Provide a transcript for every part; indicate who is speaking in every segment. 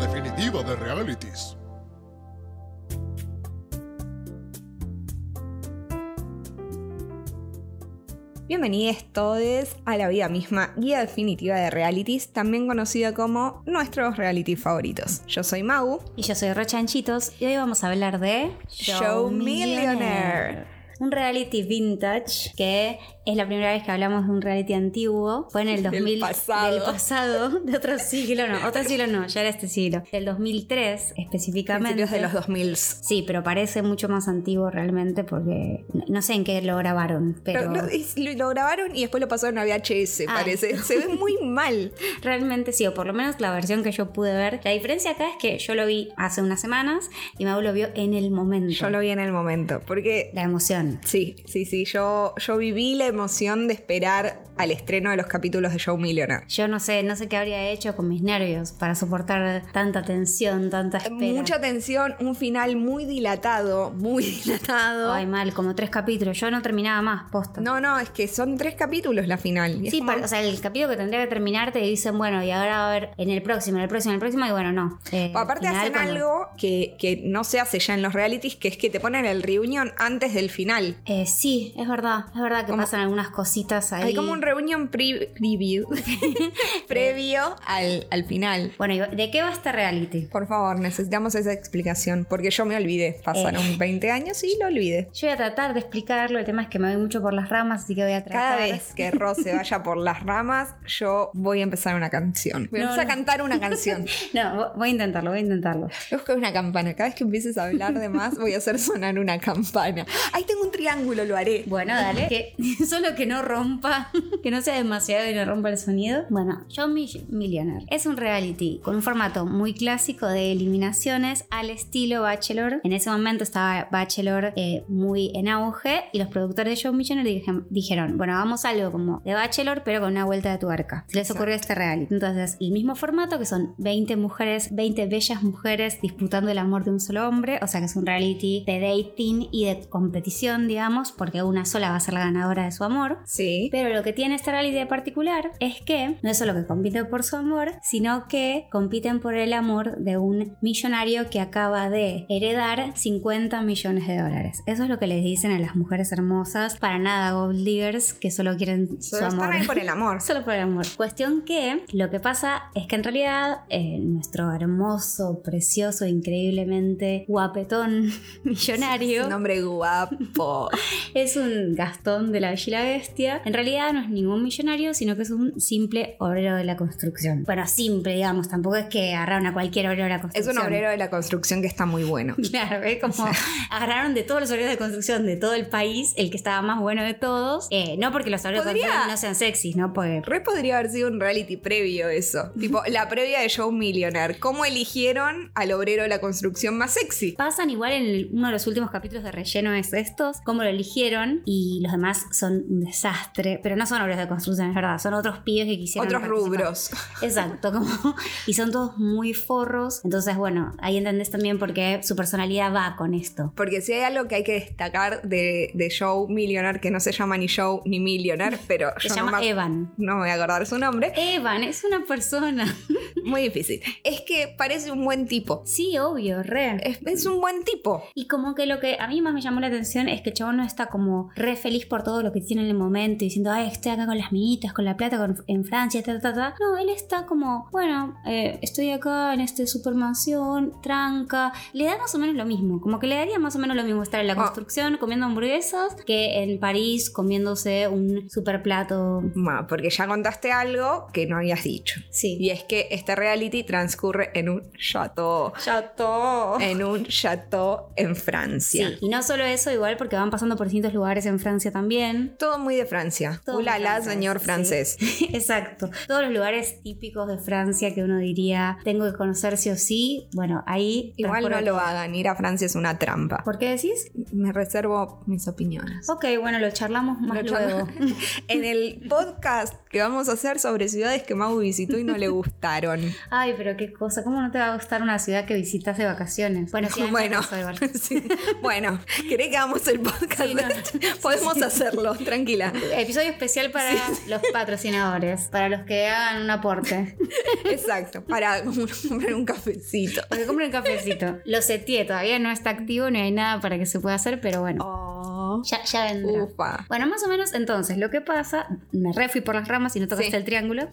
Speaker 1: mundo de realities.
Speaker 2: Bienvenidos todos a la vida misma, guía definitiva de realities, también conocida como nuestros reality favoritos. Yo soy Mau.
Speaker 3: Y yo soy Rochanchitos y hoy vamos a hablar de
Speaker 2: Show Millionaire.
Speaker 3: Un reality vintage que es la primera vez que hablamos de un reality antiguo. Fue en el
Speaker 2: Del
Speaker 3: 2000
Speaker 2: pasado.
Speaker 3: del pasado, de otro siglo, no, otro siglo no, ya era este siglo. Del 2003 específicamente.
Speaker 2: Principios de los 2000.
Speaker 3: Sí, pero parece mucho más antiguo realmente porque no- no sé en qué lo grabaron, pero,
Speaker 2: Pero lo, es- lo- lo grabaron y después lo pasaron a VHS,
Speaker 3: Ah.
Speaker 2: parece. Se ve muy mal.
Speaker 3: realmente sí, o por lo menos la versión que yo pude ver. La diferencia acá es que yo lo vi hace unas semanas y Mau lo vio en el momento.
Speaker 2: Yo lo vi en el momento, porque...
Speaker 3: La emoción.
Speaker 2: Sí, sí, sí, yo, yo viví la emoción de esperar al estreno de los capítulos de Show Millionaire.
Speaker 3: Yo no sé, no sé qué habría hecho con mis nervios para soportar tanta tensión, tanta espera.
Speaker 2: Mucha tensión, un final muy dilatado, muy dilatado.
Speaker 3: Ay, mal, como tres capítulos. Yo no terminaba más, posta.
Speaker 2: No, no, es que son tres capítulos la final. Y es
Speaker 3: Sí,
Speaker 2: como-
Speaker 3: para- o sea, el capítulo que tendría que terminar te dicen, bueno, y ahora va a haber en el próximo, en el próximo, en el próximo, y bueno, no. Eh,
Speaker 2: Aparte
Speaker 3: al
Speaker 2: hacen
Speaker 3: final, cuando-
Speaker 2: algo que, que no se hace ya en los realities, que es que te ponen el reunión antes del final.
Speaker 3: Eh, sí, es verdad, es verdad que
Speaker 2: Como-
Speaker 3: pasan algunas cositas ahí.
Speaker 2: Hay como un reunión pre- preview. previo al, al final.
Speaker 3: Bueno, y- ¿de qué va este reality?
Speaker 2: Por favor, necesitamos esa explicación, porque yo me olvidé. Pasaron
Speaker 3: Eh.
Speaker 2: 20 años y lo olvidé.
Speaker 3: Yo voy a tratar de explicarlo, el tema es que me voy mucho por las ramas, así que voy a tratar.
Speaker 2: Cada vez que Ro se vaya por las ramas, yo voy a empezar una canción. Voy a
Speaker 3: No,
Speaker 2: empezar
Speaker 3: no.
Speaker 2: a cantar una canción.
Speaker 3: No, vo- voy a intentarlo, voy a intentarlo.
Speaker 2: Voy a buscar una campana. Cada vez que empieces a hablar de más, voy a hacer sonar una campana. Ahí tengo un triángulo, lo haré.
Speaker 3: Bueno, dale. Que, solo que no rompa, que no sea demasiado y no rompa el sonido. Bueno, John Mill- Millionaire es un reality con un formato muy clásico de eliminaciones al estilo Bachelor. En ese momento estaba Bachelor eh, muy en auge y los productores de John Millionaire dije- dijeron, bueno, hagamos algo como de Bachelor pero con una vuelta de tuerca. Se les ocurrió este reality. Entonces, el mismo formato que son 20 mujeres, 20 bellas mujeres disputando el amor de un solo hombre, o sea que es un reality de dating y de competición, digamos, porque una sola va a ser la ganadora de su amor.
Speaker 2: Sí.
Speaker 3: Pero lo que tiene esta reality de particular es que no es solo que compiten por su amor, sino que compiten por el amor de un millonario que acaba de heredar 50 millones de dólares. Eso es lo que les dicen a las mujeres hermosas, para nada gold diggers que solo quieren su
Speaker 2: Solo
Speaker 3: amor.
Speaker 2: están ahí por el amor.
Speaker 3: Solo por el amor. Cuestión que lo que pasa es que en realidad eh, nuestro hermoso, precioso, increíblemente guapetón millonario
Speaker 2: Un hombre guapo.
Speaker 3: es un Gastón de la Bella y la Bestia. En realidad no es ningún millonario, sino que es un simple obrero de la construcción. Bueno, simple, digamos, tampoco es que agarraron a cualquier obrero de la
Speaker 2: Es
Speaker 3: construcción.
Speaker 2: un obrero de la construcción que está muy bueno.
Speaker 3: Claro, es como agarraron de todos los obreros de construcción de todo el país el que estaba más bueno de todos. Eh, no porque los obreros de
Speaker 2: Podría-
Speaker 3: construcción no sean sexys, ¿no? Porque
Speaker 2: Re podría haber sido un reality previo eso. Tipo, la previa de Show Millionaire. ¿Cómo eligieron al obrero de la construcción más sexy?
Speaker 3: pasan igual en el- uno de los últimos capítulos de relleno es estos, cómo lo eligieron y los demás son un desastre, pero no son obreros de construcción, es verdad, son otros pibes que quisieron
Speaker 2: Otros
Speaker 3: participar.
Speaker 2: rubros.
Speaker 3: Exacto, como y son todos muy forros, entonces bueno, ahí entendés también por qué su personalidad va con esto.
Speaker 2: Porque si hay algo que hay que destacar de, de Show Millionaire, que no se llama ni Show ni Millionaire, pero
Speaker 3: Se
Speaker 2: yo no
Speaker 3: llama
Speaker 2: me ac-
Speaker 3: Evan.
Speaker 2: no me voy a acordar su nombre.
Speaker 3: Evan es una persona.
Speaker 2: Muy difícil. Es que parece un buen tipo.
Speaker 3: Sí, obvio, re.
Speaker 2: Es, es un buen tipo.
Speaker 3: Y como que lo que a mí más me llamó la atención es que el chabón no está como re feliz por todo lo que tiene en el momento, diciendo, ay, estoy acá con las minitas, con la plata, con- en Francia, ta, ta, ta. No, él está como, bueno, eh, estoy acá en este supermansión, tranca. Le da más o menos lo mismo, como que le daría más o menos lo mismo estar en la
Speaker 2: Ah.
Speaker 3: construcción comiendo hamburguesas que en París comiéndose un super plato.
Speaker 2: Ma, porque ya contaste algo que no habías dicho.
Speaker 3: Sí.
Speaker 2: Y es que este reality transcurre en un chateau.
Speaker 3: Chateau.
Speaker 2: En un chateau en Francia.
Speaker 3: Oh. Sí, y no solo eso, igual porque van pasando por distintos lugares en Francia también.
Speaker 2: Todo muy de Francia.
Speaker 3: Todo
Speaker 2: Ulala,
Speaker 3: francés,
Speaker 2: señor
Speaker 3: sí.
Speaker 2: francés.
Speaker 3: Exacto. Todos los lugares típicos de Francia que uno diría tengo que conocer sí o sí. Bueno, ahí.
Speaker 2: Igual no
Speaker 3: transcurre-
Speaker 2: lo hagan, ir a Francia es una trampa.
Speaker 3: ¿Por qué decís?
Speaker 2: Me reservo mis opiniones.
Speaker 3: Ok, bueno, lo charlamos Oh,
Speaker 2: Lo
Speaker 3: más luego.
Speaker 2: charla- en el podcast que vamos a hacer sobre ciudades que Mau visitó y no le gustaron. Berlín.
Speaker 3: Ay, pero qué cosa, ¿cómo no te va a gustar una ciudad que visitas de vacaciones? Bueno, sí, a mí me
Speaker 2: Bueno.
Speaker 3: pasó igual.
Speaker 2: Sí. Bueno, ¿querés que hagamos el podcast?
Speaker 3: Sí, no.
Speaker 2: Podemos
Speaker 3: Sí.
Speaker 2: hacerlo, tranquila.
Speaker 3: Episodio especial para los patrocinadores, para los que hagan un aporte,
Speaker 2: Exacto, para comprar un cafecito.
Speaker 3: para que compren cafecito. Lo seteé, todavía no está activo, no hay nada para que se pueda hacer, pero bueno,
Speaker 2: Oh,
Speaker 3: ya, ya vendrá.
Speaker 2: ufa.
Speaker 3: Bueno, más o menos entonces, lo que pasa, me re fui por las ramas y no tocaste
Speaker 2: Sí.
Speaker 3: el triángulo.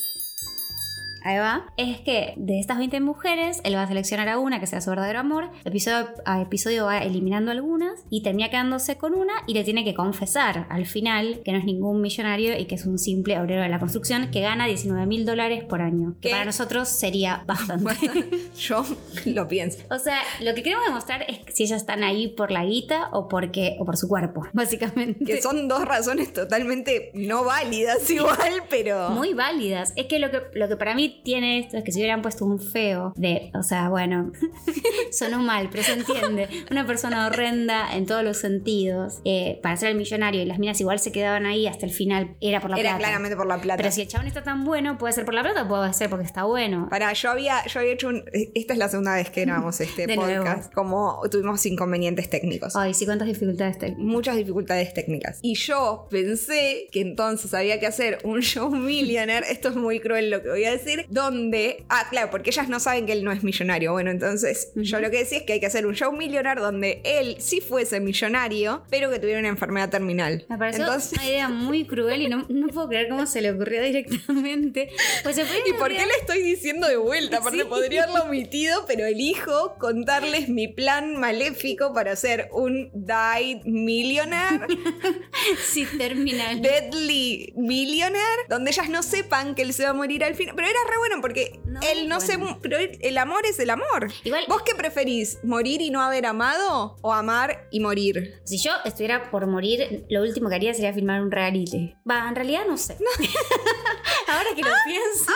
Speaker 3: Ahí va. Es que de estas 20 mujeres, él va a seleccionar a una que sea su verdadero amor. Episodio a episodio va eliminando algunas y termina quedándose con una y le tiene que confesar al final que no es ningún millonario y que es un simple obrero de la construcción que gana 19 mil dólares por año. Que
Speaker 2: ¿Qué?
Speaker 3: para nosotros sería bastante.
Speaker 2: Bueno, yo lo pienso.
Speaker 3: O sea, lo que queremos demostrar es si ellas están ahí por la guita o porque o por su cuerpo, básicamente.
Speaker 2: Que son dos razones totalmente no válidas igual, pero...
Speaker 3: muy válidas. Es que lo, que lo que para mí tiene esto es que si hubieran puesto un feo de, o sea, bueno, sonó mal, pero se entiende. Una persona horrenda en todos los sentidos, eh, para ser el millonario y las minas igual se quedaban ahí hasta el final, era por la
Speaker 2: Era
Speaker 3: plata.
Speaker 2: claramente por la plata.
Speaker 3: Pero si el chabón está tan bueno, puede ser por la plata o puede ser porque está bueno.
Speaker 2: Para, yo había, yo había hecho un. e, Esta es la segunda vez que grabamos este
Speaker 3: De nuevo.
Speaker 2: podcast. Como tuvimos inconvenientes técnicos.
Speaker 3: Ay, sí, cuántas dificultades tengo.
Speaker 2: Muchas dificultades técnicas. Y yo pensé que entonces había que hacer un show millionaire. Esto es muy cruel lo que voy a decir. Donde. Ah, claro, porque ellas no saben que él no es millonario. Bueno, entonces yo
Speaker 3: Ujú.
Speaker 2: lo que decía es que hay que hacer un show millionaire donde él sí fuese millonario, pero que tuviera una enfermedad terminal.
Speaker 3: Me pareció
Speaker 2: Entonces-
Speaker 3: una idea muy cruel y no, no puedo creer cómo se le ocurrió directamente. Pues se podría
Speaker 2: ¿Y por qué le estoy diciendo de vuelta? Aparte,
Speaker 3: Sí.
Speaker 2: podría haberlo omitido, pero elijo contarles mi plan maléfico para ser un Died Millionaire,
Speaker 3: Sí, termina el-
Speaker 2: Deadly Millionaire, donde ellas no sepan que él se va a morir al final. Pero era re bueno porque
Speaker 3: No,
Speaker 2: él no
Speaker 3: bueno.
Speaker 2: se. mu- Pero él- el amor es el amor.
Speaker 3: Igual
Speaker 2: ¿Vos qué preferís? ¿Morir y no haber amado? ¿O amar y morir?
Speaker 3: Si yo estuviera por morir, lo último que haría sería filmar un reality. Va, en realidad no sé. Ahora que lo
Speaker 2: Ah,
Speaker 3: pienso.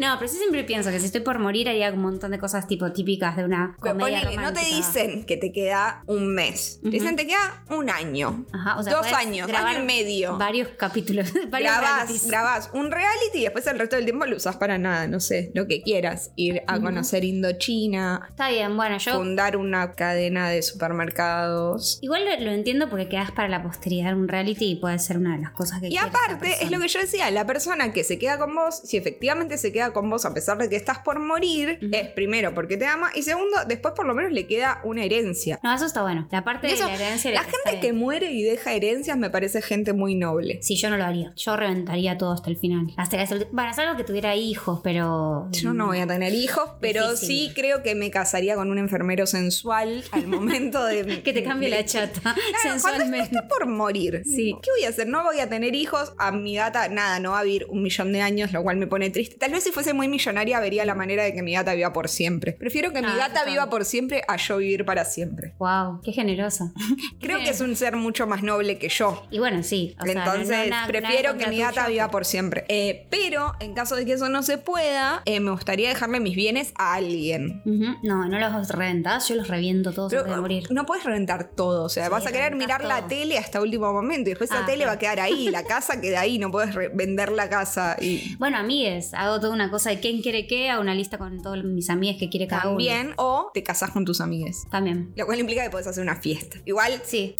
Speaker 3: No, pero sí siempre pienso que si estoy por morir haría un montón de cosas tipo típicas de una comedia
Speaker 2: Ponele, no te
Speaker 3: romántica.
Speaker 2: dicen que te queda un mes. Te
Speaker 3: Ujú.
Speaker 2: dicen te queda un año.
Speaker 3: Ajá, o sea,
Speaker 2: dos
Speaker 3: podés
Speaker 2: años,
Speaker 3: grabar
Speaker 2: año y medio.
Speaker 3: Varios capítulos, varios
Speaker 2: grabás,
Speaker 3: realities.
Speaker 2: grabás un reality y después el resto del tiempo lo usás para nada, no sé, lo que quieras. Ir a conocer Indochina,
Speaker 3: Está bien, bueno, yo
Speaker 2: fundar una cadena de supermercados.
Speaker 3: igual lo, lo entiendo porque quedas para la posteridad en un reality y puede ser una de las cosas que
Speaker 2: Y aparte, es lo que yo decía, la persona que se queda con vos, si efectivamente se queda con vos a pesar de que estás por morir,
Speaker 3: Ujú.
Speaker 2: es primero porque te ama y segundo, después por lo menos le queda una herencia.
Speaker 3: No, eso está bueno. La parte
Speaker 2: Y eso,
Speaker 3: de la herencia
Speaker 2: La
Speaker 3: está
Speaker 2: gente que
Speaker 3: bien.
Speaker 2: muere y deja herencias me parece gente muy noble.
Speaker 3: Sí, yo no lo haría. Yo reventaría todo hasta el final. Hasta que, para salvo que tuviera hijos, pero.
Speaker 2: Yo no voy a tener hijos, pero
Speaker 3: Mm, Difícil.
Speaker 2: sí creo que me casaría con un enfermero sensual al momento de...
Speaker 3: Que te cambie la chata
Speaker 2: Claro, cuando
Speaker 3: sensualmente.
Speaker 2: esté por morir.
Speaker 3: Sí.
Speaker 2: ¿Qué voy a hacer? No voy a tener hijos. A mi gata, nada, no va a vivir un millón de años, lo cual me pone triste. Tal vez si fuese muy millonaria, vería la manera de que mi gata viva por siempre. Prefiero que mi
Speaker 3: Ah,
Speaker 2: gata
Speaker 3: total.
Speaker 2: viva por siempre a yo vivir para siempre.
Speaker 3: Wow, qué generosa.
Speaker 2: Creo que es un ser mucho más noble que yo.
Speaker 3: Y bueno, sí. o sea, no- no-
Speaker 2: Entonces,
Speaker 3: nada-
Speaker 2: prefiero
Speaker 3: nada
Speaker 2: que
Speaker 3: contra
Speaker 2: mi
Speaker 3: tuyo.
Speaker 2: gata viva por siempre. Eh, pero, en caso de que eso no se pueda, eh, me gustaría dejarle mis bienes a alguien.
Speaker 3: Ujú, No, no los reventás, yo los reviento todos
Speaker 2: Pero, ah,
Speaker 3: antes de morir.
Speaker 2: No puedes reventar todo, o sea,
Speaker 3: Sí,
Speaker 2: vas a querer
Speaker 3: reventás
Speaker 2: mirar la
Speaker 3: todo.
Speaker 2: tele hasta último momento y después
Speaker 3: Ah,
Speaker 2: la tele
Speaker 3: claro.
Speaker 2: va a quedar ahí, la casa queda ahí, no puedes re- vender la casa y
Speaker 3: Bueno, amigues, hago toda una cosa de quién quiere qué, hago una lista con todos mis amigues que quiere cada uno.
Speaker 2: también o te casás con tus amigues.
Speaker 3: También.
Speaker 2: Lo cual implica que puedes hacer una fiesta. Igual
Speaker 3: Sí.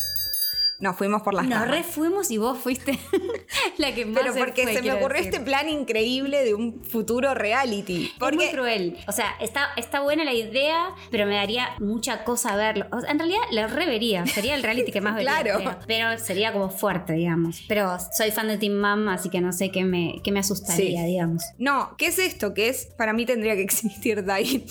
Speaker 2: nos fuimos por las
Speaker 3: Nos
Speaker 2: ramas.
Speaker 3: refuimos y vos fuiste la que más
Speaker 2: Pero
Speaker 3: se
Speaker 2: porque
Speaker 3: fue,
Speaker 2: se me
Speaker 3: quiero
Speaker 2: ocurrió
Speaker 3: decir.
Speaker 2: este plan increíble de un futuro reality.
Speaker 3: Es muy
Speaker 2: Porque
Speaker 3: cruel. O sea, está, está buena la idea, pero me daría mucha cosa verlo. O sea, en realidad la revería. Sería el reality que más vería.
Speaker 2: Claro.
Speaker 3: creo. Pero sería como fuerte, digamos. Pero soy fan de Team Mom, así que no sé qué me, qué me asustaría,
Speaker 2: Sí.
Speaker 3: digamos.
Speaker 2: no, ¿qué es esto? Que es para mí tendría que existir Dying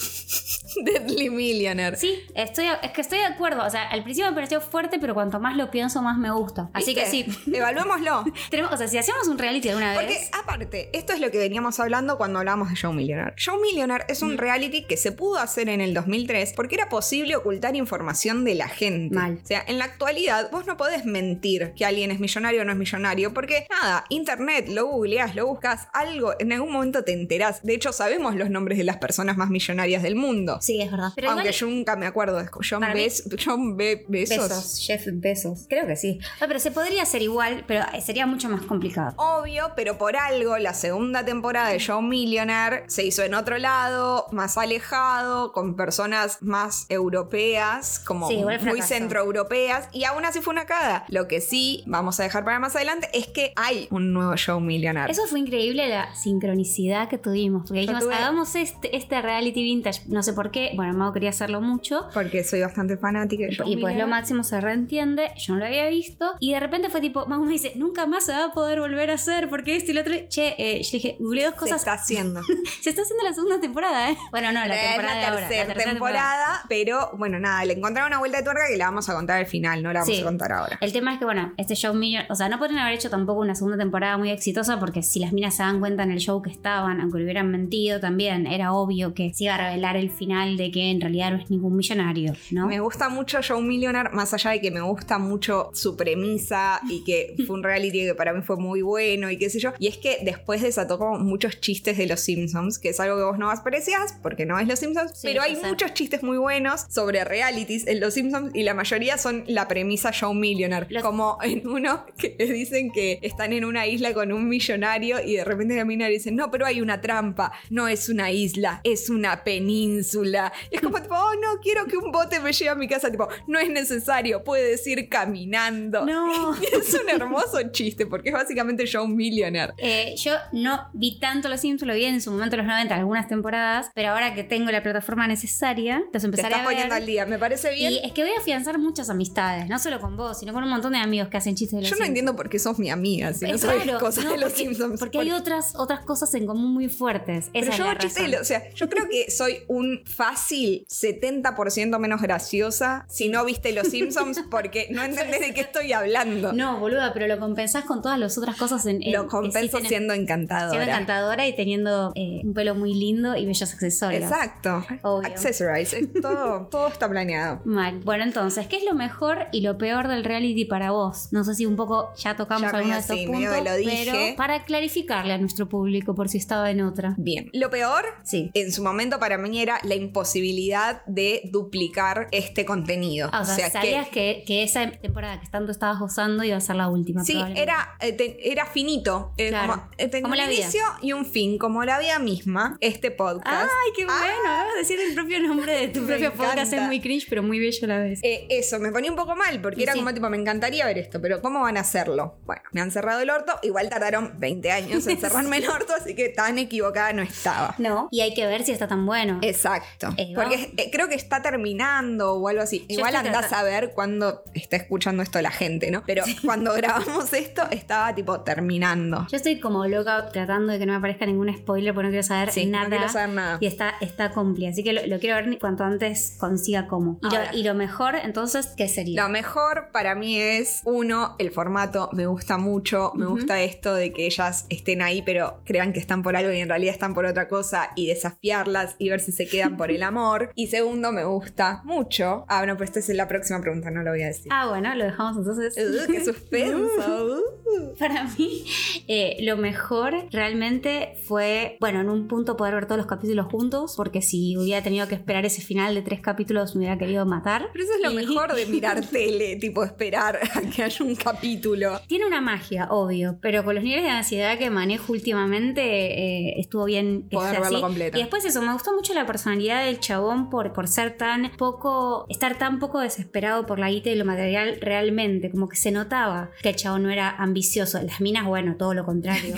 Speaker 2: Deadly Millionaire.
Speaker 3: Sí, estoy, es que estoy de acuerdo. O sea, al principio me pareció fuerte, pero cuanto más lo pienso, más me gusta. Así que sí.
Speaker 2: ¿Viste? Evaluémoslo.
Speaker 3: Tenemos, o sea, si hacemos un reality alguna
Speaker 2: Porque
Speaker 3: vez.
Speaker 2: aparte, esto es lo que veníamos hablando cuando hablábamos de Show Millionaire. Show Millionaire es
Speaker 3: Mm.
Speaker 2: un reality que se pudo hacer en el 2003 porque era posible ocultar información de la gente.
Speaker 3: Mal.
Speaker 2: O sea, en la actualidad vos no podés mentir que alguien es millonario o no es millonario porque nada, internet, lo googleás, lo buscas, algo, en algún momento te enterás. De hecho, sabemos los nombres de las personas más millonarias del mundo.
Speaker 3: Sí, es verdad. Pero
Speaker 2: Aunque
Speaker 3: igual,
Speaker 2: yo nunca me acuerdo de John,
Speaker 3: Para mí-
Speaker 2: Bes- John Be- Besos.
Speaker 3: Besos, Jeff Besos. Creo creo que sí. Ah, pero se podría hacer igual, pero sería mucho más complicado.
Speaker 2: Obvio, pero por algo la segunda temporada de Show Millionaire se hizo en otro lado, más alejado, con personas más europeas, como
Speaker 3: Sí, igual
Speaker 2: muy
Speaker 3: fracasó.
Speaker 2: centroeuropeas, y aún así fue una cagada. Lo que sí vamos a dejar para más adelante es que hay un nuevo Show Millionaire.
Speaker 3: Eso fue increíble la sincronicidad que tuvimos. Porque dijimos,
Speaker 2: tuve-
Speaker 3: hagamos este, este reality vintage. No sé por qué. Bueno, Mau quería hacerlo mucho.
Speaker 2: Porque soy bastante fanática de Show
Speaker 3: Y pues lo
Speaker 2: Millionaire.
Speaker 3: máximo se reentiende. Yo no lo había visto. Y de repente fue tipo, Mau me dice, nunca más se va a poder volver a hacer. Porque este y el otro. Che, eh, yo dije, googleé dos
Speaker 2: se
Speaker 3: cosas.
Speaker 2: está haciendo.
Speaker 3: Se está haciendo la segunda temporada, ¿eh? Bueno, no, la
Speaker 2: Es
Speaker 3: temporada de
Speaker 2: la
Speaker 3: ahora, la
Speaker 2: tercera
Speaker 3: tercera
Speaker 2: temporada, pero bueno, nada, le encontraron una vuelta de tuerca que la vamos a contar al final, no la vamos
Speaker 3: Sí.
Speaker 2: a contar ahora.
Speaker 3: El tema es que, bueno, este show Million, o sea, no podrían haber hecho tampoco una segunda temporada muy exitosa porque si las minas se dan cuenta en el show que estaban, aunque le hubieran mentido también, era obvio que se iba a revelar el final de que en realidad no es ningún millonario, ¿no?
Speaker 2: Me gusta mucho Show Millionaire, más allá de que me gusta mucho su premisa y que fue un reality que para mí fue muy bueno y qué sé yo. Y es que después desató como muchos chistes de Los Simpsons, que es algo que vos no apreciás porque no es Los Simpsons,
Speaker 3: Sí,
Speaker 2: pero
Speaker 3: ya
Speaker 2: hay
Speaker 3: sé.
Speaker 2: muchos chistes muy buenos sobre realities en Los Simpsons y la mayoría son la premisa Show Millionaire.
Speaker 3: Los-
Speaker 2: Como en uno que les dicen que están en una isla con un millonario y de repente la mina le dicen, no, pero hay una trampa, no es una isla, es una península. Y es como tipo, oh no, quiero que un bote me lleve a mi casa, tipo, no es necesario, puedes ir caminando.
Speaker 3: No.
Speaker 2: Es un hermoso chiste porque es básicamente Show Millionaire.
Speaker 3: Eh, yo no vi tanto Los Simpsons, lo vi en su momento en los 90, algunas temporadas, pero ahora que tengo la plataforma necesaria, los
Speaker 2: Te
Speaker 3: empezaré
Speaker 2: estás
Speaker 3: a ver.
Speaker 2: poniendo al día, me parece bien.
Speaker 3: Y es que voy a afianzar muchas amistades, no solo con vos, sino con un montón de amigos que hacen chistes de los
Speaker 2: Yo no
Speaker 3: Simpsons.
Speaker 2: entiendo por qué sos mi amiga, si no
Speaker 3: Es
Speaker 2: sabes
Speaker 3: raro,
Speaker 2: cosas
Speaker 3: no,
Speaker 2: de los
Speaker 3: porque-
Speaker 2: Simpsons.
Speaker 3: Porque hay otras, otras cosas en común muy fuertes. Esa
Speaker 2: Pero
Speaker 3: es
Speaker 2: yo
Speaker 3: la
Speaker 2: hago chistes de
Speaker 3: razón.
Speaker 2: lo- o sea, yo creo que soy un fácil 70% menos graciosa si no viste Los Simpsons porque no entendés de qué estoy hablando.
Speaker 3: No, eh, boluda, pero lo compensás con todas las otras cosas en, en-
Speaker 2: Lo
Speaker 3: que
Speaker 2: compenso
Speaker 3: existen en-
Speaker 2: siendo encantadora.
Speaker 3: siendo encantadora y teniendo eh, un pelo muy lindo y bellos accesorios.
Speaker 2: Exacto.
Speaker 3: Obvio.
Speaker 2: Accessorize. Es Todo, todo está planeado.
Speaker 3: Mal. Bueno, entonces, ¿qué es lo mejor y lo peor del reality para vos? No sé si un poco ya tocamos
Speaker 2: Ya
Speaker 3: alguno de
Speaker 2: medio
Speaker 3: estos
Speaker 2: sí, medio
Speaker 3: puntos,
Speaker 2: que lo dije.
Speaker 3: pero para clarificarle a nuestro público por si estaba en otra.
Speaker 2: Bien. Lo peor,
Speaker 3: Sí.
Speaker 2: en su momento para mí era la imposibilidad de duplicar este contenido.
Speaker 3: Ah, o sea, sabías que, que esa temporada que tanto estabas gozando iba a ser la última.
Speaker 2: Sí,
Speaker 3: probablemente.
Speaker 2: era, eh, te- era finito. Eh,
Speaker 3: Claro.
Speaker 2: Como, eh, tenía
Speaker 3: Como
Speaker 2: un
Speaker 3: la vida.
Speaker 2: inicio y un fin, como la vida misma, este podcast.
Speaker 3: Ay, qué bueno.
Speaker 2: Ah.
Speaker 3: vas a decir el propio nombre de tu
Speaker 2: Me
Speaker 3: propio podcast.
Speaker 2: encanta.
Speaker 3: Es muy cringe, pero muy bello a la vez.
Speaker 2: Eh, eso, me ponía un poco mal porque
Speaker 3: Y
Speaker 2: era
Speaker 3: sí.
Speaker 2: como tipo, me encantaría ver esto, pero ¿cómo van a hacerlo? Bueno, me han cerrado el orto, igual tardaron 20 años en cerrarme el orto, así que tan equivocada no estaba.
Speaker 3: No. Y hay que ver si está tan bueno.
Speaker 2: Exacto.
Speaker 3: Eh, vamos.
Speaker 2: Porque eh, creo que está terminando o algo así.
Speaker 3: Yo
Speaker 2: Igual
Speaker 3: estoy
Speaker 2: andás
Speaker 3: tratando-
Speaker 2: a ver cuando está escuchando esto la gente, ¿no? Pero cuando grabamos esto estaba tipo terminando.
Speaker 3: Yo estoy como loca tratando de que no me aparezca ningún spoiler porque no quiero saber
Speaker 2: Sí, no
Speaker 3: nada.
Speaker 2: quiero saber nada.
Speaker 3: Y está, está cumple. Así que lo, lo quiero ver ni cuanto antes consiga cómo. Y
Speaker 2: Ahora.
Speaker 3: lo, y lo mejor, entonces, ¿qué sería?
Speaker 2: Lo mejor para mí es, uno, el formato, me gusta mucho, me
Speaker 3: Ujú.
Speaker 2: gusta esto de que ellas estén ahí, pero crean que están por algo y en realidad están por otra cosa, y desafiarlas y ver si se quedan por el amor. Y segundo, me gusta mucho. Ah, bueno, pero esta es la próxima pregunta, no lo voy a decir.
Speaker 3: Ah, bueno, lo dejamos entonces.
Speaker 2: Uh, ¡Qué suspenso! uh.
Speaker 3: Para mí, eh, lo mejor realmente fue, bueno, en un punto poder ver todos los capítulos juntos, porque si hubiera tenido que esperar ese final de tres capítulos me hubiera querido matar.
Speaker 2: Pero eso es lo
Speaker 3: Y-
Speaker 2: mejor de mirar tele, tipo esperar a que haya un capítulo.
Speaker 3: Tiene una magia, obvio, pero con los niveles de ansiedad que manejo últimamente eh, estuvo bien que
Speaker 2: Poder
Speaker 3: sea
Speaker 2: verlo
Speaker 3: así.
Speaker 2: completo.
Speaker 3: Y después eso, me gustó mucho la personalidad del chabón por, por ser tan poco, estar tan poco desesperado por la guita y lo material realmente, como que se notaba que el chabón no era ambicioso. Las minas, bueno, todo lo contrario.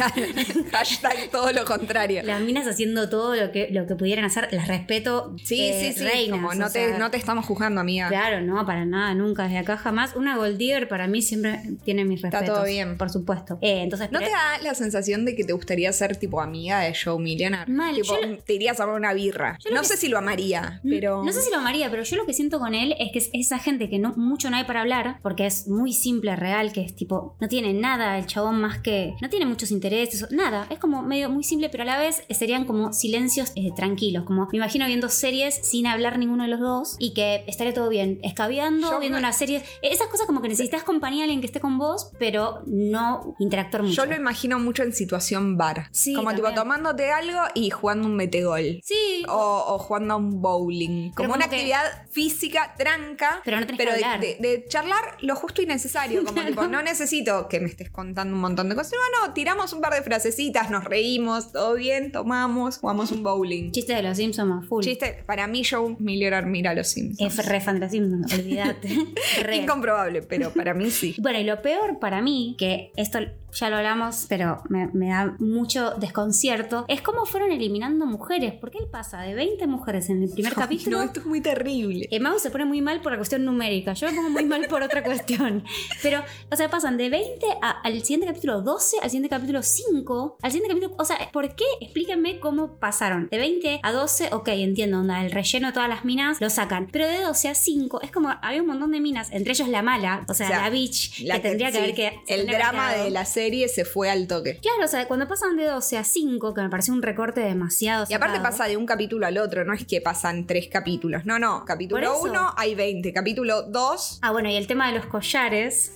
Speaker 2: Hashtag todo lo contrario.
Speaker 3: Las minas haciendo todo lo que, lo que pudieran hacer, las respeto.
Speaker 2: Sí,
Speaker 3: eh,
Speaker 2: sí, sí.
Speaker 3: reinas,
Speaker 2: como
Speaker 3: o
Speaker 2: no te,
Speaker 3: sea,
Speaker 2: no te estamos juzgando, amiga.
Speaker 3: Claro, no, para nada, nunca, desde acá jamás. Una Gold Digger para mí siempre tiene mis
Speaker 2: Está
Speaker 3: respetos.
Speaker 2: todo bien.
Speaker 3: Por supuesto. Eh, entonces,
Speaker 2: ¿No te da la sensación de que te gustaría ser tipo amiga de Joe Millionaire?
Speaker 3: Mal,
Speaker 2: Tipo,
Speaker 3: yo lo-
Speaker 2: te irías a tomar una birra.
Speaker 3: Yo lo
Speaker 2: No
Speaker 3: que-
Speaker 2: sé si lo amaría,
Speaker 3: Mm,
Speaker 2: pero.
Speaker 3: No sé si lo amaría, pero yo lo que siento con él es que es esa gente que no, mucho no hay para hablar, porque es muy simple, real, que es tipo, no tiene nada el chabón más que. No tiene muchos intereses, o- nada. Es como medio muy simple, pero a la vez serían como silencios eh, tranquilos. Como me imagino viendo series sin hablar ninguno de los dos y que estaría todo bien, escabeando,
Speaker 2: Yo
Speaker 3: viendo
Speaker 2: me-
Speaker 3: una serie. eh, Esas cosas como que necesitas compañía, alguien que esté con vos, pero no interactuar mucho.
Speaker 2: Yo lo em- imagino mucho en situación bar.
Speaker 3: Sí,
Speaker 2: como tipo
Speaker 3: también.
Speaker 2: tomándote algo y jugando un metegol.
Speaker 3: Sí.
Speaker 2: O, o jugando a un bowling. Como
Speaker 3: como
Speaker 2: una
Speaker 3: que-
Speaker 2: actividad física tranca.
Speaker 3: Pero no tenés que
Speaker 2: de-
Speaker 3: hablar.
Speaker 2: de, de charlar lo justo y necesario. Como tipo, no necesito que me estés contando un montón de cosas. No, no, tiramos un par de frasecitas, nos reímos, todo bien, tomamos, jugamos un bowling.
Speaker 3: Chiste de los Simpsons a full.
Speaker 2: Chiste, para mí Joe Miller admira a los Simpsons.
Speaker 3: Es re fan de los Simpsons, olvídate. Re.
Speaker 2: Incomprobable, pero para mí sí.
Speaker 3: Bueno, y lo peor para mí, que esto ya lo hablamos, pero me, me da mucho desconcierto, es cómo fueron eliminando mujeres. Porque él pasa de 20 mujeres en el primer capítulo.
Speaker 2: No, esto es muy terrible.
Speaker 3: Eh, Mau se pone muy mal por la cuestión numérica. Yo me pongo muy mal por otra cuestión. Pero, o sea, pasan de 20 a- al siguiente capítulo 12, al siguiente capítulo 5, al siguiente capítulo. O sea, ¿por qué? Explíquenme cómo pasaron. De 20 a 12, ok, entiendo, onda, el relleno de todas las minas lo sacan. Pero de 12 a 5, es como había un montón de minas, entre ellos la mala, o sea,
Speaker 2: O sea,
Speaker 3: la bitch,
Speaker 2: La
Speaker 3: que tendría que
Speaker 2: sí,
Speaker 3: haber que. se
Speaker 2: El
Speaker 3: tendría que haber
Speaker 2: drama
Speaker 3: quedado.
Speaker 2: de la serie se fue al toque.
Speaker 3: Claro, o sea, cuando pasan de 12 a 5, que me pareció un recorte demasiado.
Speaker 2: Y aparte
Speaker 3: cerrado.
Speaker 2: pasa de un capítulo al otro, no es que pasan tres capítulos. No, no.
Speaker 3: Por
Speaker 2: Capítulo
Speaker 3: eso.
Speaker 2: 1 hay 20. Capítulo 2.
Speaker 3: Ah, bueno, y el tema de los collares.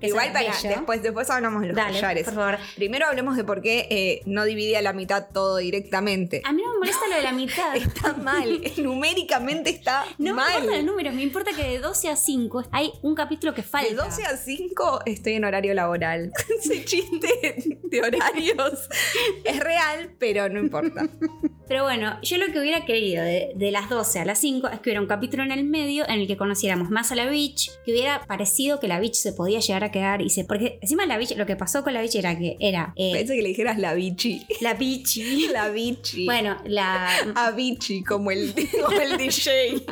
Speaker 3: que
Speaker 2: Igual
Speaker 3: son
Speaker 2: para.
Speaker 3: bello.
Speaker 2: Después, después hablamos de los
Speaker 3: Dale,
Speaker 2: collares.
Speaker 3: por favor.
Speaker 2: Primero hablemos de por qué eh, no dividía la mitad todo directamente.
Speaker 3: A mí Ah, no me molesta lo de la mitad.
Speaker 2: Está mal. Numéricamente está
Speaker 3: No me
Speaker 2: mal.
Speaker 3: importan los números, me importa que de 12 a 5 hay un capítulo que falta.
Speaker 2: De 12 a 5 estoy en horario laboral. Ese chiste de horarios es real, pero no importa.
Speaker 3: Pero bueno, yo lo que hubiera querido de, de las 12 a las 5 es que hubiera un capítulo en el medio en el que conociéramos más a la Beach, que hubiera parecido que la Beach se podía llegar a quedar y se. Porque encima la Beach, lo que pasó con la Beach era que era eh,
Speaker 2: Pensé que le dijeras la bichi.
Speaker 3: la Beach.
Speaker 2: La bichi.
Speaker 3: Bueno, la.
Speaker 2: Avicii, como el, como el DJ.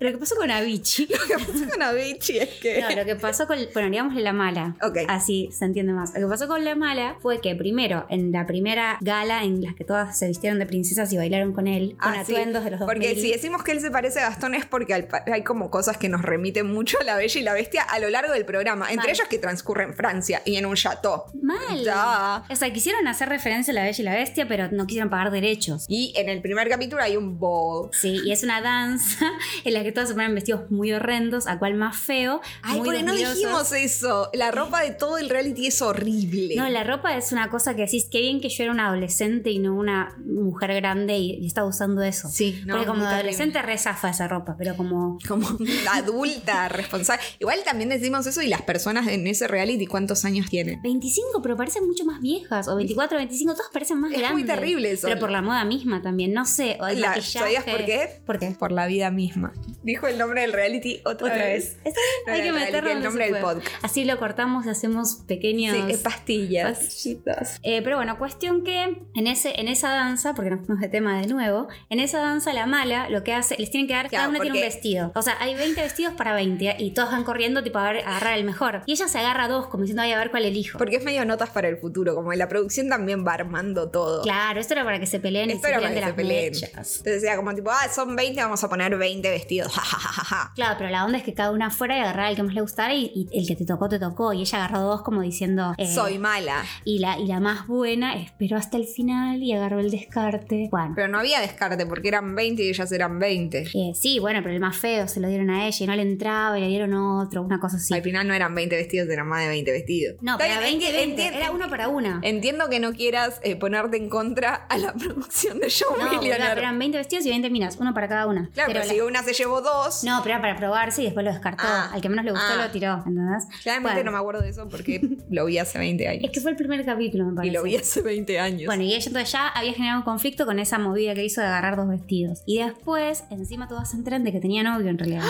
Speaker 3: Lo que pasó con la Beach.
Speaker 2: Lo que pasa con Avicii es que.
Speaker 3: No, lo que pasó con. Bueno, digámosle la mala.
Speaker 2: Ok.
Speaker 3: Así se entiende más. Lo que pasó con la mala fue que primero, en la primera gala en la que todas se vistieron de princesas y bailaron con él, con
Speaker 2: Ah, sí.
Speaker 3: atuendos de los dos.
Speaker 2: Porque si decimos que él se parece a Gastón es porque al pa- hay como cosas que nos remiten mucho a la bella y la bestia a lo largo del programa. Entre
Speaker 3: Mal.
Speaker 2: ellos que transcurre en Francia y en un chateau.
Speaker 3: Mal.
Speaker 2: Ya.
Speaker 3: O sea, quisieron hacer referencia a la Bella y la Bestia, pero no quisieron pagar derechos.
Speaker 2: Y en el primer capítulo hay un ball.
Speaker 3: Sí, y es una danza en la que todas se ponen vestidos muy horrendos, a cual más feo.
Speaker 2: Ay,
Speaker 3: muy
Speaker 2: porque no
Speaker 3: lujuriosos.
Speaker 2: dijimos eso. La ropa de todo el reality es horrible.
Speaker 3: No, la ropa es una cosa que decís, qué bien que yo era una adolescente y no una mujer grande y, y estaba usando eso.
Speaker 2: Sí, no,
Speaker 3: Porque como
Speaker 2: muy terrible.
Speaker 3: adolescente rezafa esa ropa, pero como...
Speaker 2: Como adulta, responsable. Igual también decimos eso y las personas en ese reality, ¿cuántos años tienen?
Speaker 3: 25, pero parecen mucho más viejas. O 24, 25, todas parecen más
Speaker 2: Es muy
Speaker 3: grandes.
Speaker 2: terrible eso.
Speaker 3: Pero por la moda misma también, no sé. O el
Speaker 2: La-
Speaker 3: maquillaje.
Speaker 2: ¿Sabías por qué?
Speaker 3: ¿Por qué?
Speaker 2: Por la vida misma. Dijo el nombre del reality otra, vez.
Speaker 3: Está bien,
Speaker 2: No era
Speaker 3: Hay que
Speaker 2: el reality,
Speaker 3: meterlo
Speaker 2: el
Speaker 3: donde
Speaker 2: nombre
Speaker 3: se
Speaker 2: del
Speaker 3: puede.
Speaker 2: podcast.
Speaker 3: Así lo cortamos y hacemos pequeños...
Speaker 2: Sí, eh, pastillas. Pastillitas.
Speaker 3: Eh, pero bueno, cuestión que en, ese, en esa danza, porque nos fuimos de tema de nuevo, en esa danza la mala lo que hace, les tienen que dar, cada
Speaker 2: Claro,
Speaker 3: una tiene un
Speaker 2: porque-
Speaker 3: vestido. O sea, hay 20 vestidos para 20 y todos van corriendo tipo a ver- a agarrar el mejor. Y ella se agarra dos como diciendo, ay, a ver cuál elijo.
Speaker 2: Porque es medio notas para el futuro, como la producción también va armando todo.
Speaker 3: Claro, esto era para que se peleen y
Speaker 2: Esto
Speaker 3: se
Speaker 2: era para
Speaker 3: tiren de
Speaker 2: que se
Speaker 3: las
Speaker 2: peleen.
Speaker 3: mechas.
Speaker 2: Entonces era como tipo, ah, son 20, vamos a poner 20 vestidos. Ja, ja, ja, ja, ja.
Speaker 3: Claro, pero la onda es que cada una fuera y agarrar el que más le gustara y, y el que te tocó, te tocó. Y ella agarró dos como diciendo... eh,
Speaker 2: Soy mala.
Speaker 3: Y la, y la más buena esperó hasta el final y agarró el descarte. Bueno.
Speaker 2: Pero no había descarte porque eran 20 y ellas eran 20.
Speaker 3: Eh, sí, bueno, pero el más feo se lo dieron a ella y no le entraba y le dieron otro, una cosa así.
Speaker 2: Al final no eran 20 vestidos, eran más de 20 vestidos.
Speaker 3: no,
Speaker 2: Está
Speaker 3: pero era
Speaker 2: bien,
Speaker 3: 20,
Speaker 2: enti-
Speaker 3: 20,
Speaker 2: enti-
Speaker 3: era uno para una.
Speaker 2: Entiendo que no quieras eh, ponerte en contra a la producción de Show
Speaker 3: No, boluda,
Speaker 2: Millionaire.
Speaker 3: pero eran 20 vestidos y 20 minas, uno para cada una.
Speaker 2: Claro, pero,
Speaker 3: la-
Speaker 2: si una se llevó dos,
Speaker 3: No, pero era para probarse y después lo descartó.
Speaker 2: Ah,
Speaker 3: Al que menos le gustó
Speaker 2: ah.
Speaker 3: lo tiró, ¿entendés?
Speaker 2: claramente
Speaker 3: Bueno,
Speaker 2: no me acuerdo de eso porque lo vi hace 20 años.
Speaker 3: Es que fue el primer capítulo, me parece.
Speaker 2: Y lo vi hace 20 años.
Speaker 3: Bueno, y ella entonces ya había generado un conflicto con esa movida que hizo de agarrar dos vestidos. Y después, encima todas se enteran de que tenía novio en realidad.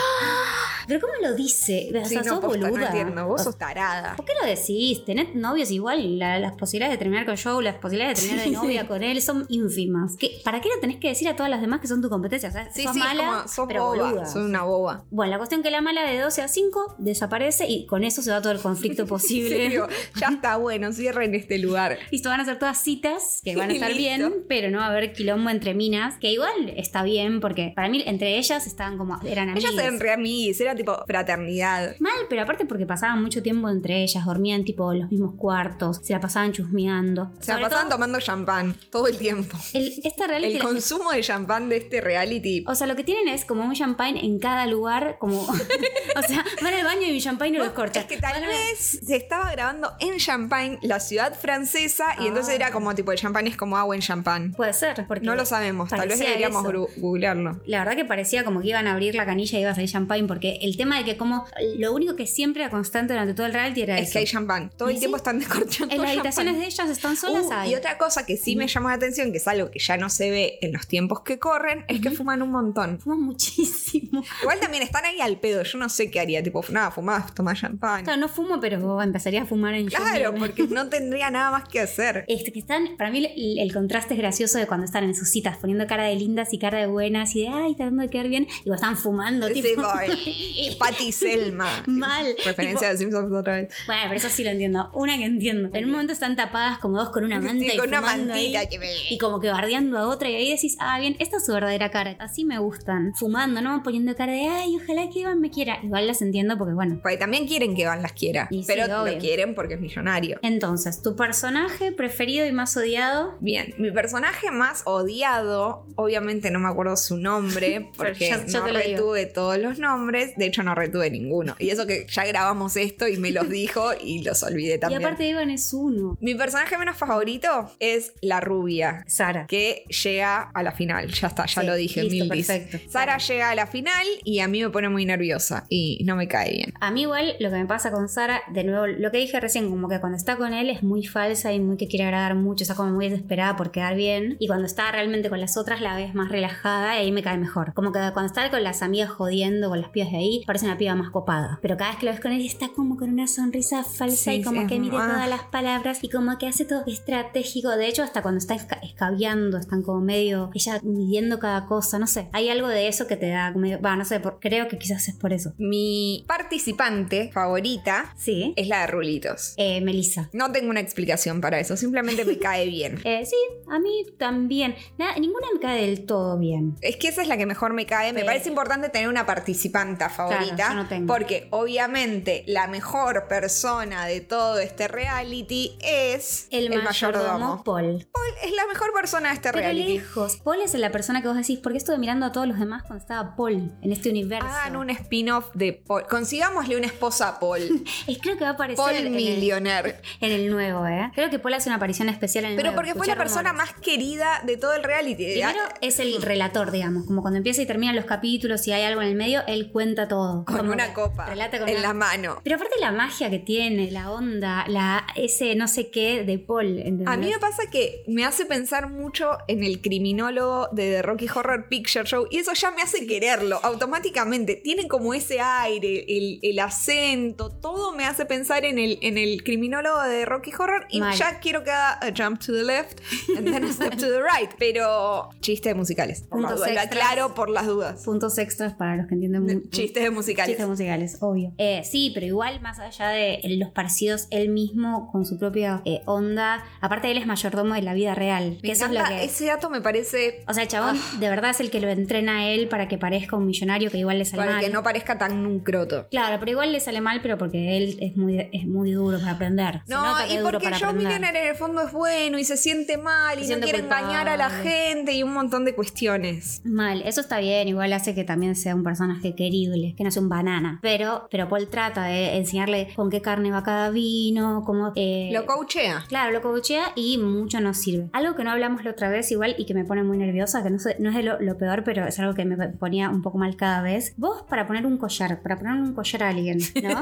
Speaker 3: Pero ¿cómo lo dice? O
Speaker 2: Sí,
Speaker 3: sea, sos
Speaker 2: posta,
Speaker 3: boluda.
Speaker 2: no entiendo,
Speaker 3: O
Speaker 2: vos
Speaker 3: sea,
Speaker 2: sos tarada.
Speaker 3: ¿Por qué lo decís? Tener novios igual, la- las posibilidades de terminar con Joe, las posibilidades de terminar de novia con él son ínfimas. ¿Qué- ¿Para qué lo tenés que decir a todas las demás que son tu competencia? O sea,
Speaker 2: Sí,
Speaker 3: sos
Speaker 2: sí,
Speaker 3: mala,
Speaker 2: como sos
Speaker 3: pero
Speaker 2: boba,
Speaker 3: boluda.
Speaker 2: sos una boba.
Speaker 3: Bueno, la cuestión que la mala de 12 a 5 desaparece y con eso se va todo el conflicto
Speaker 2: En
Speaker 3: posible.
Speaker 2: serio, ya está bueno, cierren este lugar.
Speaker 3: Y esto van a ser todas citas que van a
Speaker 2: Y
Speaker 3: estar
Speaker 2: listo.
Speaker 3: bien, pero no va a haber quilombo entre minas, que igual está bien porque para mí entre ellas estaban como eran amigas.
Speaker 2: Ellas eran re amiguis, era tipo fraternidad.
Speaker 3: Mal, pero aparte porque pasaban mucho tiempo entre ellas, dormían tipo en los mismos cuartos, se la pasaban chusmeando.
Speaker 2: Se la
Speaker 3: Sobre
Speaker 2: pasaban
Speaker 3: todo,
Speaker 2: tomando champán todo el tiempo.
Speaker 3: el, esta reality
Speaker 2: El
Speaker 3: la-
Speaker 2: consumo de champán de este reality.
Speaker 3: O sea, lo que tienen es como un champagne en cada lugar, como... o sea, van al baño y un champagne no los corchas.
Speaker 2: Es que tal vez se estaba grabando en Champagne, la ciudad francesa, y entonces
Speaker 3: Ah.
Speaker 2: era como tipo, el champán es como agua en champán.
Speaker 3: Puede ser, porque...
Speaker 2: No lo sabemos, tal vez
Speaker 3: parecía
Speaker 2: deberíamos
Speaker 3: eso.
Speaker 2: gru- googlearlo.
Speaker 3: La verdad que parecía como que iban a abrir la canilla y iba a salir champagne porque el el tema de que como lo único que siempre era constante durante todo el reality era
Speaker 2: Es
Speaker 3: eso.
Speaker 2: que hay champán. Todo
Speaker 3: ¿Y
Speaker 2: el
Speaker 3: sí?
Speaker 2: tiempo están descorchando
Speaker 3: en las
Speaker 2: champán.
Speaker 3: habitaciones de ellas están solas
Speaker 2: Uh,
Speaker 3: ahí.
Speaker 2: y otra cosa que sí me llama la atención, que es algo que ya no se ve en los tiempos que corren, es que fuman un montón.
Speaker 3: Fuman muchísimo.
Speaker 2: Igual también están ahí al pedo, yo no sé qué haría, tipo, nada, fumás, tomás champán.
Speaker 3: Claro, no fumo, pero vos empezarías a fumar en
Speaker 2: Claro,
Speaker 3: Junior.
Speaker 2: porque no tendría nada más que hacer.
Speaker 3: Este, que están, para mí el, el contraste es gracioso de cuando están en sus citas, poniendo cara de lindas y cara de buenas y de ay, tratando de quedar bien, y vos están fumando,
Speaker 2: Sí,
Speaker 3: tipo.
Speaker 2: boy. Patty Selma.
Speaker 3: Mal.
Speaker 2: Referencia de Simpsons otra vez.
Speaker 3: Bueno, pero eso sí lo entiendo. Una que entiendo. En un momento están tapadas como dos con una manta
Speaker 2: Sí,
Speaker 3: y
Speaker 2: con una
Speaker 3: fumando ahí,
Speaker 2: mantita que me-
Speaker 3: Y como que bardeando a otra y ahí decís, ah, bien, esta es su verdadera cara. Así me gustan. Fumando, ¿no? Poniendo cara de, ay, ojalá que Iván me quiera. Igual las entiendo porque, bueno.
Speaker 2: Porque también quieren que Van las quiera.
Speaker 3: Y sí,
Speaker 2: pero
Speaker 3: obvio.
Speaker 2: lo quieren porque es millonario.
Speaker 3: Entonces, tu personaje preferido y más odiado.
Speaker 2: Bien, mi personaje más odiado, obviamente no me acuerdo su nombre, porque
Speaker 3: ya- yo
Speaker 2: no
Speaker 3: te lo digo.
Speaker 2: retuve todos los nombres, de hecho no retuve ninguno. Y eso que ya grabamos esto y me los dijo y los olvidé también.
Speaker 3: Y aparte, Iván es uno.
Speaker 2: mi personaje menos favorito es la rubia,
Speaker 3: Sara.
Speaker 2: que llega a la final. Ya está, ya
Speaker 3: Sí,
Speaker 2: lo dije,
Speaker 3: listo,
Speaker 2: mil dis.
Speaker 3: perfecto.
Speaker 2: Sara llega a la final y a mí me pone muy nerviosa y no me cae bien.
Speaker 3: A mí igual lo que me pasa con Sara, de nuevo, lo que dije recién, como que cuando está con él es muy falsa y muy que quiere agradar mucho, está como muy desesperada por quedar bien. Y cuando está realmente con las otras la ves más relajada y ahí me cae mejor. Como que cuando está con las amigas jodiendo, con las pibas de ahí, parece una piba más copada. Pero cada vez que lo ves con él está como con una sonrisa falsa
Speaker 2: Sí,
Speaker 3: y como
Speaker 2: sí,
Speaker 3: que
Speaker 2: es ah.
Speaker 3: mide
Speaker 2: más-
Speaker 3: todas las palabras y como que hace todo estratégico. De hecho, hasta cuando está esca- escabeando, están como medio ella midiendo cada cosa, no sé. Hay algo de eso que te da, medio- va, no sé, por- creo que quizás es por eso.
Speaker 2: Mi participante favorita
Speaker 3: Sí.
Speaker 2: es la de Rulitos.
Speaker 3: Eh, Melissa.
Speaker 2: No tengo una explicación para eso, simplemente me cae bien.
Speaker 3: Eh, sí, a mí también. Nada, ninguna me cae del todo bien.
Speaker 2: Es que esa es la que mejor me cae. Me
Speaker 3: Sí.
Speaker 2: parece importante tener una participanta favorita.
Speaker 3: Claro, yo no tengo.
Speaker 2: Porque obviamente la mejor persona de todo este reality es
Speaker 3: El, mayordomo Paul.
Speaker 2: Paul es la mejor persona de este
Speaker 3: Pero
Speaker 2: reality.
Speaker 3: lejos. Paul es la persona que vos decís, ¿por qué estuve mirando a todos los demás cuando estaba Paul en este universo?
Speaker 2: Hagan Ah, un spin-off de Paul. Consigámosle una esposa a Paul.
Speaker 3: Es- creo que va a aparecer en
Speaker 2: Paul
Speaker 3: el-
Speaker 2: Millionaire.
Speaker 3: en, el, nueveo, ¿eh? Creo que Paul hace una aparición especial en el
Speaker 2: Pero
Speaker 3: nuevo,
Speaker 2: porque fue la
Speaker 3: escuchar
Speaker 2: persona
Speaker 3: rumores.
Speaker 2: más querida de todo el reality.
Speaker 3: Primero
Speaker 2: Ah,
Speaker 3: es el relator, digamos, como cuando empieza y terminan los capítulos y hay algo en el medio, él cuenta todo.
Speaker 2: con
Speaker 3: Como
Speaker 2: una
Speaker 3: que
Speaker 2: copa
Speaker 3: relata con
Speaker 2: en
Speaker 3: una-
Speaker 2: la mano.
Speaker 3: Pero aparte la magia que tiene, la onda, la ese no sé qué de Paul, ¿entendés?
Speaker 2: A mí me pasa que me hace pensar mucho en el criminólogo de The Rocky Horror Picture Show y eso ya me hace quererlo automáticamente. Tiene como ese aire, el, el acento, todo me hace pensar en el, en el criminólogo de The Rocky Horror y
Speaker 3: Mal.
Speaker 2: ya quiero que haga a jump to the left and then a step to the right. Pero chistes musicales. Por las
Speaker 3: Puntos
Speaker 2: dudas, lo
Speaker 3: extras.
Speaker 2: aclaro por las dudas.
Speaker 3: Puntos extras para los que entienden mucho.
Speaker 2: Chistes musicales.
Speaker 3: Chistes musicales, obvio. Eh, sí, pero igual más allá de los parecidos, él mismo con su propia eh, onda. Aparte, él es mayordomo de la vida real.
Speaker 2: Me
Speaker 3: que eso es lo
Speaker 2: encanta,
Speaker 3: que.
Speaker 2: Ese Ah. dato me parece
Speaker 3: O sea, el chabón de verdad es el que lo entrena a él para que parezca un millonario que igual le sale
Speaker 2: para
Speaker 3: mal.
Speaker 2: que no parezca tan un croto.
Speaker 3: Claro, pero igual le sale mal, pero porque él es muy, es muy duro para aprender. Se
Speaker 2: No,
Speaker 3: nota que
Speaker 2: y
Speaker 3: es duro
Speaker 2: porque
Speaker 3: para
Speaker 2: Joe
Speaker 3: aprender.
Speaker 2: Millionaire en el fondo es bueno y se siente mal y
Speaker 3: Se siente
Speaker 2: no quiere
Speaker 3: culpable.
Speaker 2: engañar a la gente y un montón de cuestiones.
Speaker 3: Mal, eso está bien, igual hace que también sea un personaje querible, que no sea un banana. Pero, pero Paul trata de enseñarle con qué carne va cada vino, cómo... eh,
Speaker 2: Lo coachea.
Speaker 3: Claro, lo coachea y mucho nos sirve. Algo que no hablamos la otra vez igual y que me pone muy nerviosa, que no, sé- no es de lo, lo peor, pero es algo que me ponía un poco mal cada vez. Vos para poner un collar, para poner un collar a alguien, ¿no?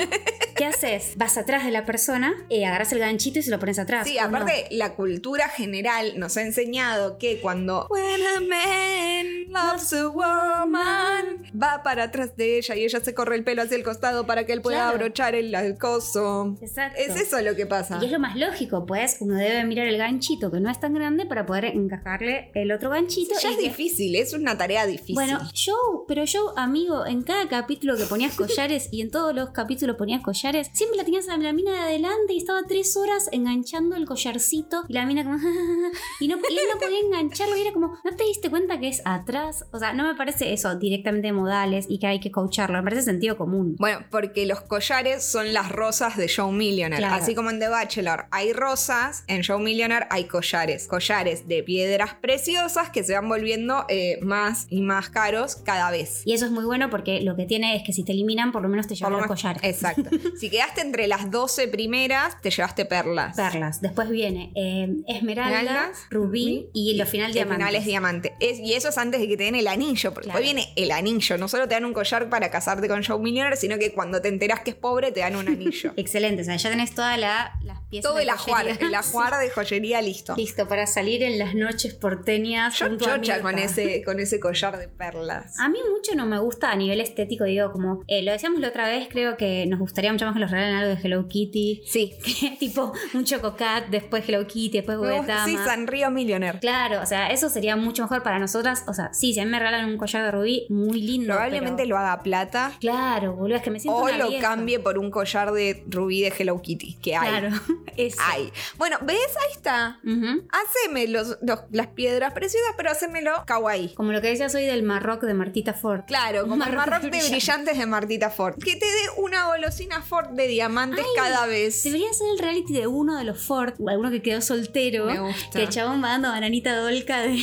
Speaker 3: ¿Qué haces? Vas atrás de la persona, eh, agarras el ganchito y se lo pones atrás.
Speaker 2: Sí,
Speaker 3: ¿o no?
Speaker 2: aparte la cultura general nos ha enseñado que cuando When a man loves a woman va para atrás de ella y ella se corre el pelo hacia el costado para que él pueda
Speaker 3: Claro.
Speaker 2: abrochar el, el coso.
Speaker 3: Exacto.
Speaker 2: Es eso lo que pasa.
Speaker 3: Y es lo más lógico, pues uno debe mirar el ganchito que no es tan grande para poder encajarle el otro ganchito.
Speaker 2: Ya
Speaker 3: y
Speaker 2: es
Speaker 3: que-
Speaker 2: difícil, es una tarea difícil.
Speaker 3: Bueno, Joe, pero Joe, amigo, en cada capítulo que ponías collares y en todos los capítulos ponías collares, siempre la tenías a la mina de adelante y estaba tres horas enganchando el collarcito y la mina como... y, no, y él no podía engancharlo y era como, ¿no te diste cuenta que es atrás? O sea, no me parece eso directamente modales y que hay que coacharlo, me parece sentido común.
Speaker 2: Bueno, porque los collares son las rosas de Show Millionaire.
Speaker 3: Claro.
Speaker 2: Así como en The Bachelor hay rosas, en Show Millionaire hay collares. Collares de piedras preciosas que se van volviendo eh, más y más caros cada vez.
Speaker 3: Y eso es muy bueno porque lo que tiene es que si te eliminan, por lo menos te
Speaker 2: Por
Speaker 3: llevan
Speaker 2: lo
Speaker 3: los
Speaker 2: menos-
Speaker 3: collares.
Speaker 2: Exacto. si quedaste entre las 12 primeras, te llevaste perlas.
Speaker 3: Perlas. Después viene eh, esmeralda,
Speaker 2: Esmeraldas,
Speaker 3: rubí y lo final
Speaker 2: El
Speaker 3: diamantes.
Speaker 2: final es diamante. Es- y eso es antes de que te den el anillo, porque
Speaker 3: Claro.
Speaker 2: después viene el anillo. No solo te dan un collar para casarte con Joe Millionaire, sino que cuando te enterás que es pobre te dan un anillo.
Speaker 3: Excelente, o sea, ya tenés todas la, las piezas.
Speaker 2: Todo
Speaker 3: de
Speaker 2: el ajuar,
Speaker 3: joyería.
Speaker 2: el ajuar de joyería listo.
Speaker 3: Listo, para salir en las noches porteñas.
Speaker 2: Yo
Speaker 3: junto a
Speaker 2: chocha con
Speaker 3: Mirta. Ah,
Speaker 2: ese, con ese collar de perlas.
Speaker 3: A mí mucho no me gusta a nivel estético, digo, como eh, lo decíamos la otra vez, creo que nos gustaría mucho más que los regalen algo de Hello Kitty,
Speaker 2: Sí.
Speaker 3: que tipo un Chococat, después Hello Kitty, después
Speaker 2: Me gusta-
Speaker 3: Gubetama.
Speaker 2: Sí, Sanrio Millionaire.
Speaker 3: Claro, o sea, eso sería mucho mejor para nosotras. O sea, sí, si a mí me regalan un collar de rubí, muy lindo.
Speaker 2: Probablemente
Speaker 3: pero-
Speaker 2: lo haga plata
Speaker 3: Claro, boludo, es que me siento
Speaker 2: o
Speaker 3: una
Speaker 2: lo
Speaker 3: vieja.
Speaker 2: cambie por un collar de rubí de Hello Kitty, que hay.
Speaker 3: Claro, eso.
Speaker 2: Hay. Bueno, ¿ves? Ahí está.
Speaker 3: Ujú.
Speaker 2: Haceme los, los- las piedras preciosas, pero hacémelo kawaii.
Speaker 3: Como lo que decías hoy del Marroc de Martita Ford.
Speaker 2: Claro, como el
Speaker 3: Marroc
Speaker 2: marroc de brillantes de Martita Ford. Que te dé una golosina Ford de diamantes cada vez.
Speaker 3: Debería ser el reality de uno de los Ford, o alguno que quedó soltero.
Speaker 2: Me gusta.
Speaker 3: Que el chabón va dando bananita dolca de.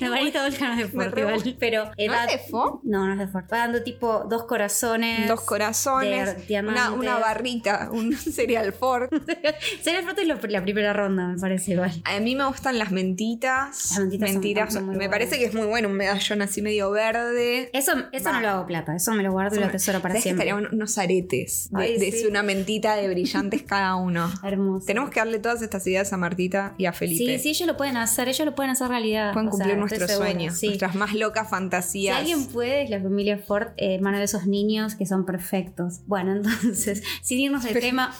Speaker 3: La bananita dolca no es de
Speaker 2: Me
Speaker 3: Ford,
Speaker 2: re
Speaker 3: igual,
Speaker 2: gusta.
Speaker 3: Pero. eh,
Speaker 2: ¿No
Speaker 3: va-
Speaker 2: es de Ford?
Speaker 3: No, no es de Ford. Va dando tipo dos corazones.
Speaker 2: Dos corazones,
Speaker 3: de
Speaker 2: una,
Speaker 3: diamantes.
Speaker 2: una barrita, un cereal Ford.
Speaker 3: Será Ford es lo- la primera ronda, me parece igual.
Speaker 2: A mí me gustan las mentitas.
Speaker 3: Las mentitas son- son muy
Speaker 2: me
Speaker 3: buenas.
Speaker 2: parece que es muy bueno un medallón así medio verde.
Speaker 3: Eso, eso
Speaker 2: Va.
Speaker 3: no lo hago plata, eso me lo guardo y lo tesoro para
Speaker 2: ¿Sabés que
Speaker 3: siempre.
Speaker 2: estarían unos aretes de,
Speaker 3: Ay,
Speaker 2: de
Speaker 3: sí.
Speaker 2: una mentita de brillantes cada uno.
Speaker 3: Hermoso.
Speaker 2: Tenemos que darle todas estas ideas a Martita y a Felipe.
Speaker 3: Sí, sí, ellos lo pueden hacer, ellos lo pueden hacer realidad.
Speaker 2: Pueden
Speaker 3: o sea,
Speaker 2: cumplir
Speaker 3: estoy
Speaker 2: nuestros
Speaker 3: segura,
Speaker 2: sueños,
Speaker 3: sí.
Speaker 2: nuestras más locas
Speaker 3: Si
Speaker 2: fantasías.
Speaker 3: alguien puede, es la familia Ford, eh, mano de esos niños que son perfectos. Bueno, entonces, sin irnos de tema.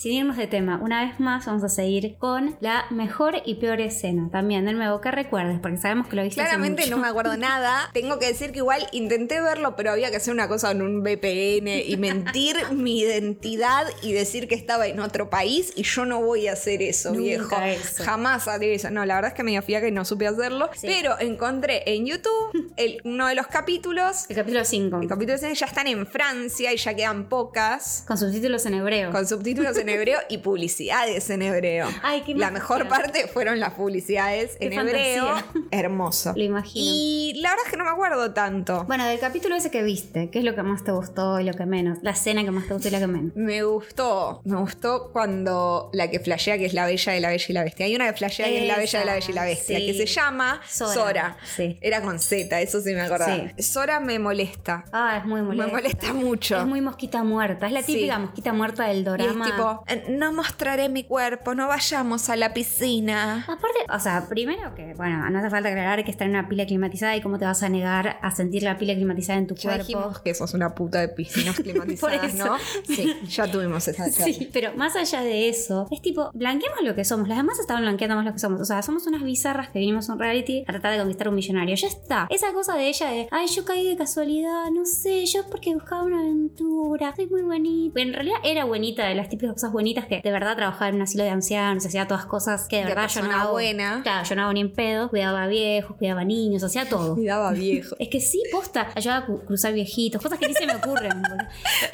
Speaker 3: Sin irnos de tema, una vez más vamos a seguir con la mejor y peor escena. También, del nuevo que recuerdes, porque sabemos que lo viste hace
Speaker 2: Claramente
Speaker 3: mucho.
Speaker 2: no me acuerdo nada. Tengo que decir que igual intenté verlo, pero había que hacer una cosa en un VPN y mentir mi identidad y decir que estaba en otro país y yo no voy a hacer eso,
Speaker 3: Nunca
Speaker 2: viejo.
Speaker 3: eso.
Speaker 2: Jamás haré eso. No, la verdad es que me fía que no supe hacerlo,
Speaker 3: Sí.
Speaker 2: pero encontré en YouTube el- uno de los capítulos.
Speaker 3: El capítulo 5.
Speaker 2: El capítulo 6 ya están en Francia y ya quedan pocas.
Speaker 3: Con subtítulos en hebreo.
Speaker 2: Con subtítulos en hebreo y publicidades en hebreo.
Speaker 3: Ay, qué
Speaker 2: La
Speaker 3: magia.
Speaker 2: mejor parte fueron las publicidades
Speaker 3: Qué
Speaker 2: en hebreo.
Speaker 3: fantasía.
Speaker 2: Hermoso.
Speaker 3: Lo imagino.
Speaker 2: Y la verdad es que no me acuerdo tanto.
Speaker 3: Bueno, del capítulo ese que viste, ¿qué es lo que más te gustó y lo que menos? La escena que más te gustó y la que menos.
Speaker 2: Me gustó, me gustó cuando la que flashea que es la bella de la bella y la bestia. Hay una que flashea que es la bella de la bella y la bestia,
Speaker 3: Esa,
Speaker 2: que se
Speaker 3: sí.
Speaker 2: llama
Speaker 3: Sora,
Speaker 2: Sora.
Speaker 3: sí.
Speaker 2: Era con Z, eso sí me acordaba. Sora me molesta.
Speaker 3: Ah, es muy molesta.
Speaker 2: Me molesta mucho.
Speaker 3: Es muy mosquita muerta. Es la
Speaker 2: Sí.
Speaker 3: típica mosquita muerta del
Speaker 2: Y es
Speaker 3: dorama.
Speaker 2: tipo, "Eh, no mostraré mi cuerpo, no vayamos a la piscina.
Speaker 3: Aparte, o sea, primero que, bueno, no hace falta aclarar que está en una pila climatizada y cómo te vas a negar a sentir la pila climatizada en tu
Speaker 2: Ya
Speaker 3: cuerpo.
Speaker 2: dijimos que sos una puta de piscinas
Speaker 3: Por
Speaker 2: climatizadas,
Speaker 3: eso.
Speaker 2: ¿no? Sí, ya tuvimos esa
Speaker 3: Sí, pero más allá de eso, es tipo, blanqueamos lo que somos. Las demás estaban blanqueando más lo que somos. O sea, somos unas bizarras que vinimos a un reality a tratar de conquistar un millonario. Ya está. Esa cosa de ella de, ay, yo caí de casualidad, no sé, yo es porque buscaba una aventura, soy muy bonita. Pero en realidad era buenita, de las típicas cosas bonitas que de verdad trabajaba en un asilo de ancianos, hacía todas cosas que de,
Speaker 2: De
Speaker 3: verdad yo no
Speaker 2: persona
Speaker 3: hago.
Speaker 2: buena.
Speaker 3: Claro, yo no hago ni en pedo, cuidaba a viejos, cuidaba a niños, hacía todo.
Speaker 2: Cuidaba viejo.
Speaker 3: Es que sí, posta, ayudaba a cu- cruzar viejitos, cosas que ni se me ocurren. boludo.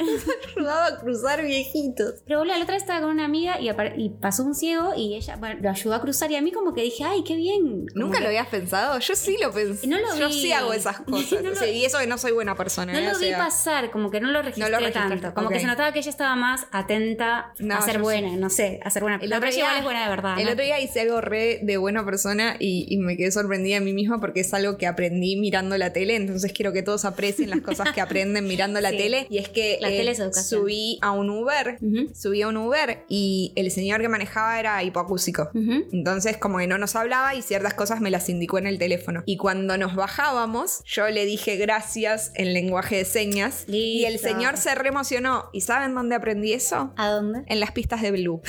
Speaker 2: Ayudaba a cruzar viejitos.
Speaker 3: Pero boludo, la otra vez estaba con una amiga y, apar- y pasó un ciego y ella bueno, lo ayudó a cruzar y a mí como que dije, ay, qué bien. Como
Speaker 2: ¿Nunca
Speaker 3: que-
Speaker 2: lo habías pensado? Yo sí lo pensé.
Speaker 3: No lo
Speaker 2: Yo
Speaker 3: vi.
Speaker 2: sí hago esas cosas.
Speaker 3: No lo-
Speaker 2: O sea, y eso que no soy buena persona.
Speaker 3: No
Speaker 2: ¿eh?
Speaker 3: lo
Speaker 2: O
Speaker 3: vi
Speaker 2: sea,
Speaker 3: pasar, como que no lo registré
Speaker 2: registraste,
Speaker 3: tanto. Como
Speaker 2: ok.
Speaker 3: que se notaba que ella estaba más atenta
Speaker 2: No,
Speaker 3: a ser
Speaker 2: yo
Speaker 3: buena, no sé, a ser buena.
Speaker 2: El
Speaker 3: La
Speaker 2: otro
Speaker 3: otra
Speaker 2: día-
Speaker 3: igual es buena de verdad.
Speaker 2: El
Speaker 3: ¿no?
Speaker 2: otro día hice algo re de buena persona y, y me quedé sorprendida a mí misma porque es algo que aprendí mirando la tele. Entonces quiero que todos aprecien las cosas que aprenden mirando la
Speaker 3: Sí.
Speaker 2: tele. Y es que eh,
Speaker 3: La tele es educación.
Speaker 2: subí a un Uber.
Speaker 3: Ujú,
Speaker 2: Subí a un Uber y el señor que manejaba era hipoacúsico.
Speaker 3: ujú.
Speaker 2: Entonces como que no nos hablaba y ciertas cosas me las indicó en el teléfono. Y cuando nos bajábamos, yo le dije gracias en lenguaje de señas. Y el
Speaker 3: Listo.
Speaker 2: señor se reemocionó. ¿Y saben dónde aprendí eso?
Speaker 3: ¿A dónde?
Speaker 2: En las pistas de Blue.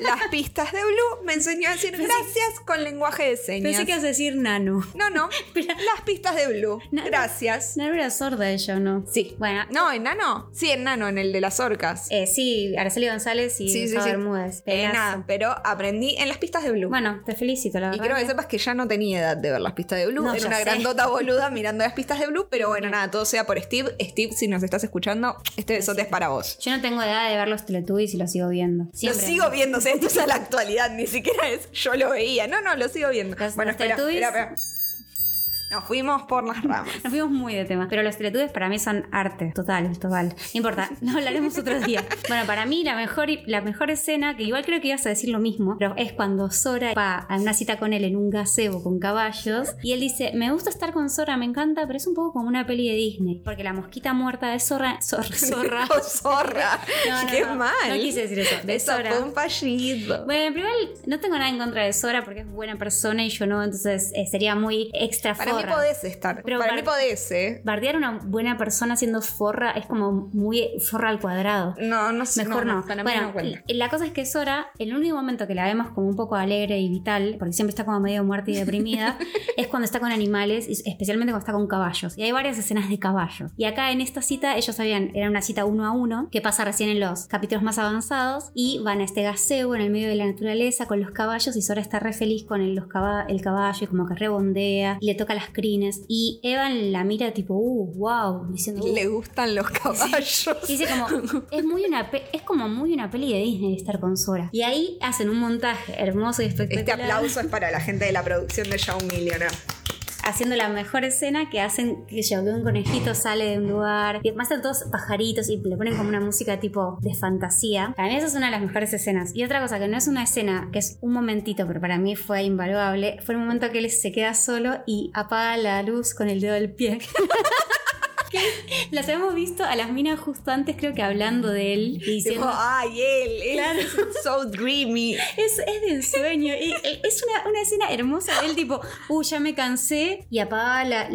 Speaker 2: Las pistas de Blue me enseñó a decir gracias con lenguaje de señas.
Speaker 3: Pensé que ibas a decir Nano.
Speaker 2: No, no.
Speaker 3: Pero-
Speaker 2: Las pistas de Blue.
Speaker 3: Nano.
Speaker 2: Gracias.
Speaker 3: Nano era sorda ella, ¿o no?
Speaker 2: Sí.
Speaker 3: Bueno,
Speaker 2: No, en Nano. Sí, en Nano, en el de las orcas.
Speaker 3: eh, sí, Araceli González y
Speaker 2: Sí, sí,
Speaker 3: Gustavo
Speaker 2: sí.
Speaker 3: Bermúdez.
Speaker 2: Eh,
Speaker 3: pedazo.
Speaker 2: nada, pero aprendí en las pistas de Blue.
Speaker 3: Bueno, te felicito, la
Speaker 2: y
Speaker 3: verdad.
Speaker 2: quiero que
Speaker 3: que-
Speaker 2: sepas que ya no tenía edad de ver las pistas de Blue.
Speaker 3: No,
Speaker 2: Era
Speaker 3: ya
Speaker 2: una
Speaker 3: sé.
Speaker 2: grandota boluda mirando las pistas de Blue. Pero bueno, nada, todo sea por Steve. Steve, si nos estás escuchando, este besote es para vos.
Speaker 3: Yo no tengo edad de ver los Teletubbies y los sigo viendo.
Speaker 2: Lo
Speaker 3: Siempre.
Speaker 2: sigo viendo, o sea, esto es a la actualidad, ni siquiera es yo lo veía. No, no, lo sigo viendo.
Speaker 3: Los-
Speaker 2: bueno,
Speaker 3: los
Speaker 2: espera,
Speaker 3: Teletubbies.
Speaker 2: espera, espera. Nos fuimos por las ramas.
Speaker 3: Nos fuimos muy de tema. Pero los teletubbies para mí son arte. Total, total. No importa, lo hablaremos otro día. Bueno, para mí la mejor, la mejor escena, que igual creo que ibas a decir lo mismo, pero es cuando Sora va a una cita con él en un gazebo con caballos. Y él dice: Me gusta estar con Sora, me encanta, pero es un poco como una peli de Disney. Porque la mosquita muerta de Sora. Zorra. Zorra.
Speaker 2: Oh, zorra.
Speaker 3: No, no,
Speaker 2: Qué
Speaker 3: no.
Speaker 2: mal.
Speaker 3: No quise decir eso. De
Speaker 2: Eso
Speaker 3: Sora.
Speaker 2: fue un fallido.
Speaker 3: Bueno, primero no tengo nada en contra de Sora porque es buena persona y yo no, entonces eh, sería muy extra
Speaker 2: Para mí
Speaker 3: forra.
Speaker 2: podés estar.
Speaker 3: Pero
Speaker 2: para
Speaker 3: par-
Speaker 2: mí podés, ¿eh?
Speaker 3: Bardear a una buena persona siendo forra es como muy forra al cuadrado.
Speaker 2: No, no sé.
Speaker 3: Mejor no.
Speaker 2: Para mí
Speaker 3: bueno,
Speaker 2: no cuenta.
Speaker 3: y- la cosa es que Sora, el único momento que la vemos como un poco alegre y vital, porque siempre está como medio muerta y deprimida, es cuando está con animales, y especialmente cuando está con caballos. Y hay varias escenas de caballo. Y acá en esta cita, ellos sabían, era una cita uno a uno, que pasa recién en los capítulos más avanzados, y van a este gaseo en el medio de la naturaleza con los caballos, y Sora está re feliz con el, los caba- el caballo, y como que rebondea, y le toca las crines. Y Evan la mira tipo, uh, wow, diciendo, "Uh,
Speaker 2: Le gustan los caballos.
Speaker 3: y dice como, es, muy una pe- es como muy una peli de Disney estar con Sora. Y ahí hacen un montaje hermoso y espectacular.
Speaker 2: Este aplauso es para la gente de la producción de Show Millionaire.
Speaker 3: Haciendo la mejor escena que hacen, que yo, que un conejito sale de un lugar. Y además están todos pajaritos y le ponen como una música tipo de fantasía. Para mí esa es una de las mejores escenas. Y otra cosa que no es una escena, que es un momentito, pero para mí fue invaluable, fue el momento que él se queda solo y apaga la luz con el dedo del pie. Las habíamos visto a las minas justo antes, creo que hablando de él y
Speaker 2: Tipo,
Speaker 3: diciendo,
Speaker 2: ay, él, él es so dreamy.
Speaker 3: Es, es de ensueño. Y eh, es una, una escena hermosa del tipo, uh, ya me cansé. Y apagaba la,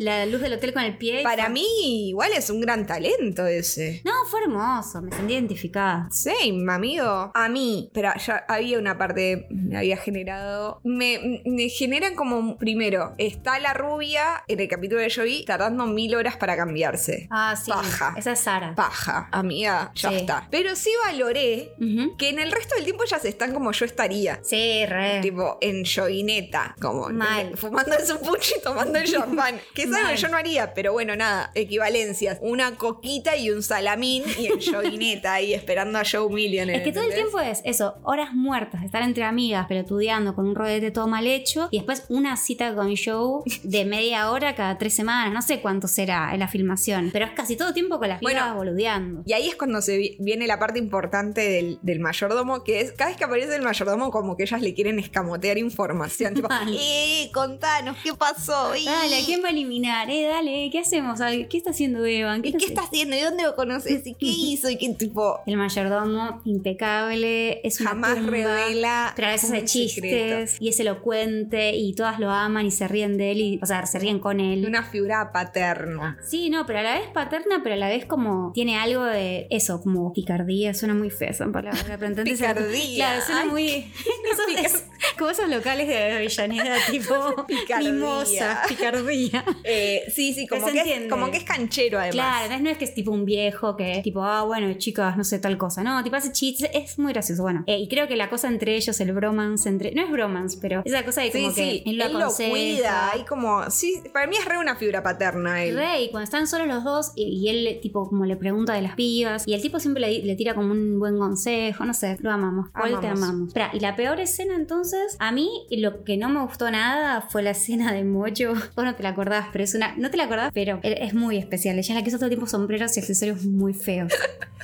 Speaker 3: la luz del hotel con el pie.
Speaker 2: Para mí, igual es un gran talento ese.
Speaker 3: No, fue hermoso. Me sentí identificada.
Speaker 2: Same, amigo. A mí, pero ya había una parte, me había generado. Me, me generan como, primero, está la rubia en el capítulo de Joey tardando mil horas para cambiarse.
Speaker 3: Ah, sí.
Speaker 2: Paja.
Speaker 3: Esa es Sara.
Speaker 2: Paja, amiga, ya
Speaker 3: Sí.
Speaker 2: está. Pero sí valoré
Speaker 3: Ujú.
Speaker 2: que en el resto del tiempo ellas están como yo estaría.
Speaker 3: Sí, re.
Speaker 2: Tipo, en joineta, como
Speaker 3: Eh. Mal.
Speaker 2: ¿entendés? fumando su pucho y tomando el champán. Que es algo
Speaker 3: Mal.
Speaker 2: que yo no haría, pero bueno, nada, equivalencias. Una coquita y un salamín y en joineta ahí esperando a Joe Millionaire.
Speaker 3: Es que todo el
Speaker 2: ¿entendés?
Speaker 3: tiempo es eso, horas muertas, estar entre amigas, pelotudeando con un rodete todo mal hecho y después una cita con Joe de media hora cada tres semanas, no sé cuánto será en la filmación, pero es casi todo el tiempo con las
Speaker 2: Bueno.
Speaker 3: pibas boludeando.
Speaker 2: Y ahí es cuando se vi- viene la parte importante del, del mayordomo, que es cada vez que aparece el mayordomo, como que ellas le quieren escamotear información. Tipo,
Speaker 3: Mal.
Speaker 2: ¡eh! Contanos, ¿qué pasó? ¡Eh!
Speaker 3: Dale, ¿a quién va a eliminar? Eh, dale, ¿qué hacemos? Ay, ¿Qué está haciendo Evan?
Speaker 2: ¿Y
Speaker 3: no
Speaker 2: qué
Speaker 3: sé?
Speaker 2: estás haciendo? ¿Y dónde lo conoces? ¿Y qué hizo? ¿Y qué tipo?
Speaker 3: El mayordomo, impecable, es una
Speaker 2: Jamás
Speaker 3: tumba,
Speaker 2: revela
Speaker 3: Pero a veces
Speaker 2: un
Speaker 3: hay chistes
Speaker 2: secreto.
Speaker 3: y es elocuente y todas lo aman y se ríen de él, y, o sea, se ríen con él.
Speaker 2: Una figura paterna.
Speaker 3: Sí, no, pero a la vez paterna, pero a la vez como tiene algo de eso, como picardía, suena muy fea esa palabra, pero entendés el-
Speaker 2: Picardía.
Speaker 3: Claro, suena
Speaker 2: Ay,
Speaker 3: muy esos-
Speaker 2: picar-
Speaker 3: es- como esos locales de Avellaneda tipo
Speaker 2: Picardía.
Speaker 3: mimosa, picardía.
Speaker 2: Eh, sí, sí, como
Speaker 3: Se
Speaker 2: que, es,
Speaker 3: entiende.
Speaker 2: como que es canchero además.
Speaker 3: Claro, no es- no es que es tipo un viejo que es tipo, ah, bueno, chicas, no sé, tal cosa. No, tipo hace chistes, es muy gracioso. Bueno, Eh, y creo que la cosa entre ellos, el bromance entre. No es bromance, pero esa cosa de
Speaker 2: Sí,
Speaker 3: como
Speaker 2: sí,
Speaker 3: que él lo aconseja.
Speaker 2: cuida. Y como, sí, para mí es re una figura paterna él.
Speaker 3: Rey, cuando están solos los dos y, y él, tipo, como le pregunta de las pibas, y el tipo siempre le, le tira como un buen consejo, no sé, lo amamos. ¿Cuál te
Speaker 2: Amamos.
Speaker 3: amamos? Espera, y la peor escena entonces, a mí lo que no me gustó nada fue la escena de Mocho. Vos no te la acordás, pero es una. No te la acordás, pero e- es muy especial. Ella es la que usa todo el tiempo sombreros y accesorios muy feos.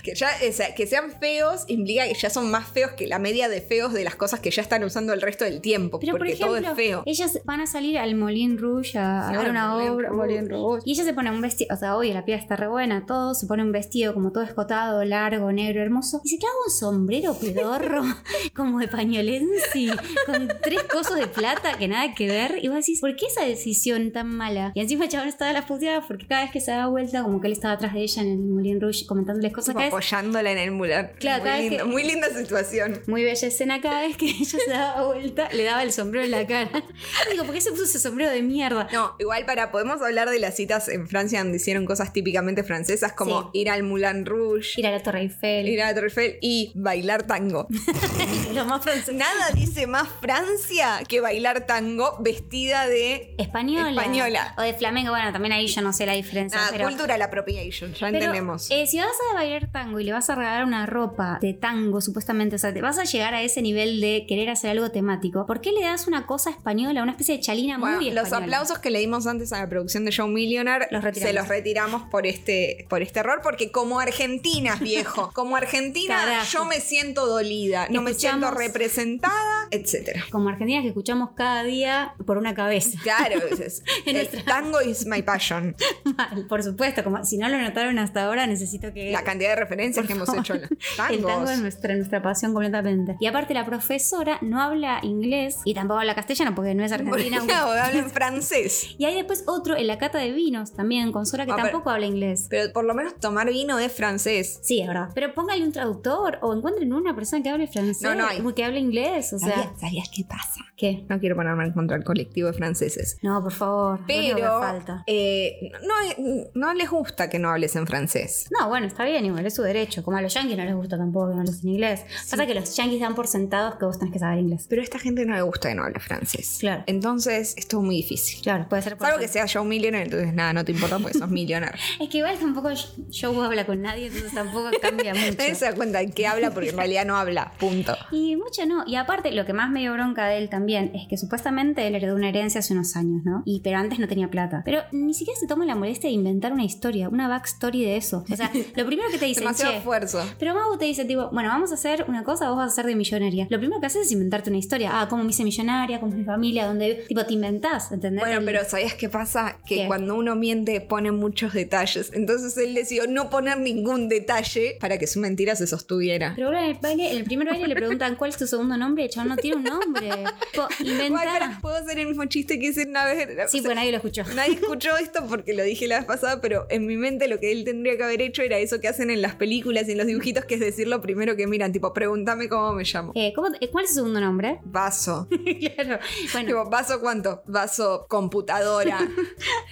Speaker 2: Que, ya, o sea, que sean feos implica que ya son más feos que la media de feos de las cosas que ya están usando el resto del tiempo.
Speaker 3: Pero
Speaker 2: porque
Speaker 3: por
Speaker 2: todo
Speaker 3: ejemplo,
Speaker 2: es feo.
Speaker 3: ellas van a salir al Molin Rouge a, a
Speaker 2: Claro,
Speaker 3: ver una
Speaker 2: Moulin
Speaker 3: obra.
Speaker 2: Rouge.
Speaker 3: Moulin Rouge. Y ella se pone un vestido, o sea, oye, la piel está re buena, todo, se pone un vestido como todo escotado, largo, negro, hermoso. Y se clava un sombrero pedorro, como de pañolensi, con tres cosos de plata que nada que ver. Y vos decís, ¿por qué esa decisión tan mala? Y encima el chabón estaba a la puteada porque cada vez que se daba vuelta, como que él estaba atrás de ella en el Molin Rouge comentándoles cosas.
Speaker 2: Tipo,
Speaker 3: Cada vez
Speaker 2: apoyándola en el mural.
Speaker 3: Claro, cada
Speaker 2: muy,
Speaker 3: vez
Speaker 2: lindo,
Speaker 3: que-
Speaker 2: muy linda situación.
Speaker 3: Muy bella escena cada vez que ella se daba vuelta, le daba el sombrero en la cara. Digo, ¿por qué se puso ese sombrero de mierda?
Speaker 2: No, igual para, podemos hablar de las citas en Francia donde hicieron cosas típicamente francesas como
Speaker 3: Sí.
Speaker 2: ir al Moulin Rouge,
Speaker 3: Ir a la Torre Eiffel.
Speaker 2: ir a la Torre Eiffel y bailar tango.
Speaker 3: Lo más francés.
Speaker 2: Nada dice más Francia que bailar tango vestida de.
Speaker 3: Española.
Speaker 2: Española.
Speaker 3: O de flamenco, bueno, también ahí yo no sé la diferencia.
Speaker 2: Nada,
Speaker 3: pero,
Speaker 2: cultural appropriation, ya
Speaker 3: pero,
Speaker 2: entendemos.
Speaker 3: eh, si vas a bailar tango y le vas a regalar una ropa de tango, supuestamente, o sea, te vas a llegar a ese nivel de querer hacer algo temático, ¿por qué le das una cosa española, una especie de chalina
Speaker 2: Bueno,
Speaker 3: muy española?
Speaker 2: los aplausos que le dimos antes a la producción de Show Millionaire
Speaker 3: Los retiramos.
Speaker 2: se los retiramos por este, por este error, porque como argentinas, viejo, como argentina,
Speaker 3: Carajo.
Speaker 2: yo me siento dolida, no me siento
Speaker 3: Escuchamos-
Speaker 2: representada, etcétera.
Speaker 3: Como argentinas que escuchamos cada día por una cabeza.
Speaker 2: Claro, es- es-
Speaker 3: En
Speaker 2: el
Speaker 3: nuestra-
Speaker 2: tango is my passion.
Speaker 3: Mal, por supuesto, como si no lo notaron hasta ahora, necesito que
Speaker 2: La cantidad de referencias que hemos hecho. en los
Speaker 3: el tango
Speaker 2: tangos.
Speaker 3: es nuestra, nuestra pasión completamente. Y aparte la profesora no habla inglés y tampoco habla castellano porque no es argentina.
Speaker 2: Bueno, habla en francés.
Speaker 3: Y hay después otro en la cata de vinos también, con Sora que
Speaker 2: Ah, pero-
Speaker 3: tampoco habla inglés.
Speaker 2: Pero por lo menos tomar vino es francés.
Speaker 3: Sí, es verdad. Pero póngale un traductor o encuentren una persona que hable francés
Speaker 2: No, no hay.
Speaker 3: o que hable inglés. O sea,
Speaker 2: ¿Sabías, sabías qué pasa?
Speaker 3: ¿qué?
Speaker 2: No quiero ponerme en contra del colectivo de franceses.
Speaker 3: No, por favor. no
Speaker 2: Pero
Speaker 3: haga Ah, falta.
Speaker 2: eh, no, no les gusta que no hables en francés.
Speaker 3: No, bueno, está bien, igual es su derecho. Como a los yanquis no les gusta tampoco que no hables en inglés. Pasa que los yanquis dan por sentados que vos tenés que saber inglés.
Speaker 2: Pero a esta gente no le gusta que no hable francés.
Speaker 3: Claro.
Speaker 2: Entonces, esto es muy difícil.
Speaker 3: Claro, puede ser por
Speaker 2: Salvo que sea yo un millionaire, entonces nada, no te importa porque sos millonario.
Speaker 3: Es que igual tampoco Joe habla con nadie, entonces tampoco cambia mucho.
Speaker 2: Nadie se da cuenta de que habla porque en realidad no habla. Punto.
Speaker 3: Y mucho no. Y aparte, lo que más me dio bronca de él también es que supuestamente él heredó una herencia hace unos años, ¿no? Y pero antes no tenía plata. Pero ni siquiera se toma la molestia de inventar una historia, una backstory de eso. O sea, lo primero que te dicen,
Speaker 2: Demasiado
Speaker 3: che,
Speaker 2: esfuerzo.
Speaker 3: pero Mau te dice, tipo, bueno, vamos a hacer una cosa, vos vas a ser de millonaria. Lo primero que haces es inventarte una historia. Ah, cómo me hice millonaria, cómo es mi familia, dónde... vivo. Tipo, te inventás, ¿entendés?
Speaker 2: Bueno,
Speaker 3: El-
Speaker 2: pero ¿sabías qué pasa? Que
Speaker 3: ¿Qué?
Speaker 2: cuando uno miente pone muchos detalles. Entonces él decidió no poner ningún detalle para que su mentira se sostuviera.
Speaker 3: Pero ahora en el baile, en el primer baile le preguntan cuál es tu segundo nombre, el chabón no tiene un nombre. Tipo,
Speaker 2: Ay,
Speaker 3: inventá.
Speaker 2: pará, puedo hacer el mismo chiste que hice una vez.
Speaker 3: Sí,
Speaker 2: O sea,
Speaker 3: pues nadie lo escuchó.
Speaker 2: Nadie escuchó esto porque lo dije la vez pasada, pero en mi mente lo que él tendría que haber hecho era eso que hacen en las películas y en los dibujitos, que es decir lo primero que miran, tipo, pregúntame cómo me llamo.
Speaker 3: Eh, ¿cómo- eh, ¿Cuál es su segundo nombre?
Speaker 2: Vaso.
Speaker 3: claro. Bueno,
Speaker 2: Tipo, ¿vaso cuánto? Vaso computadora.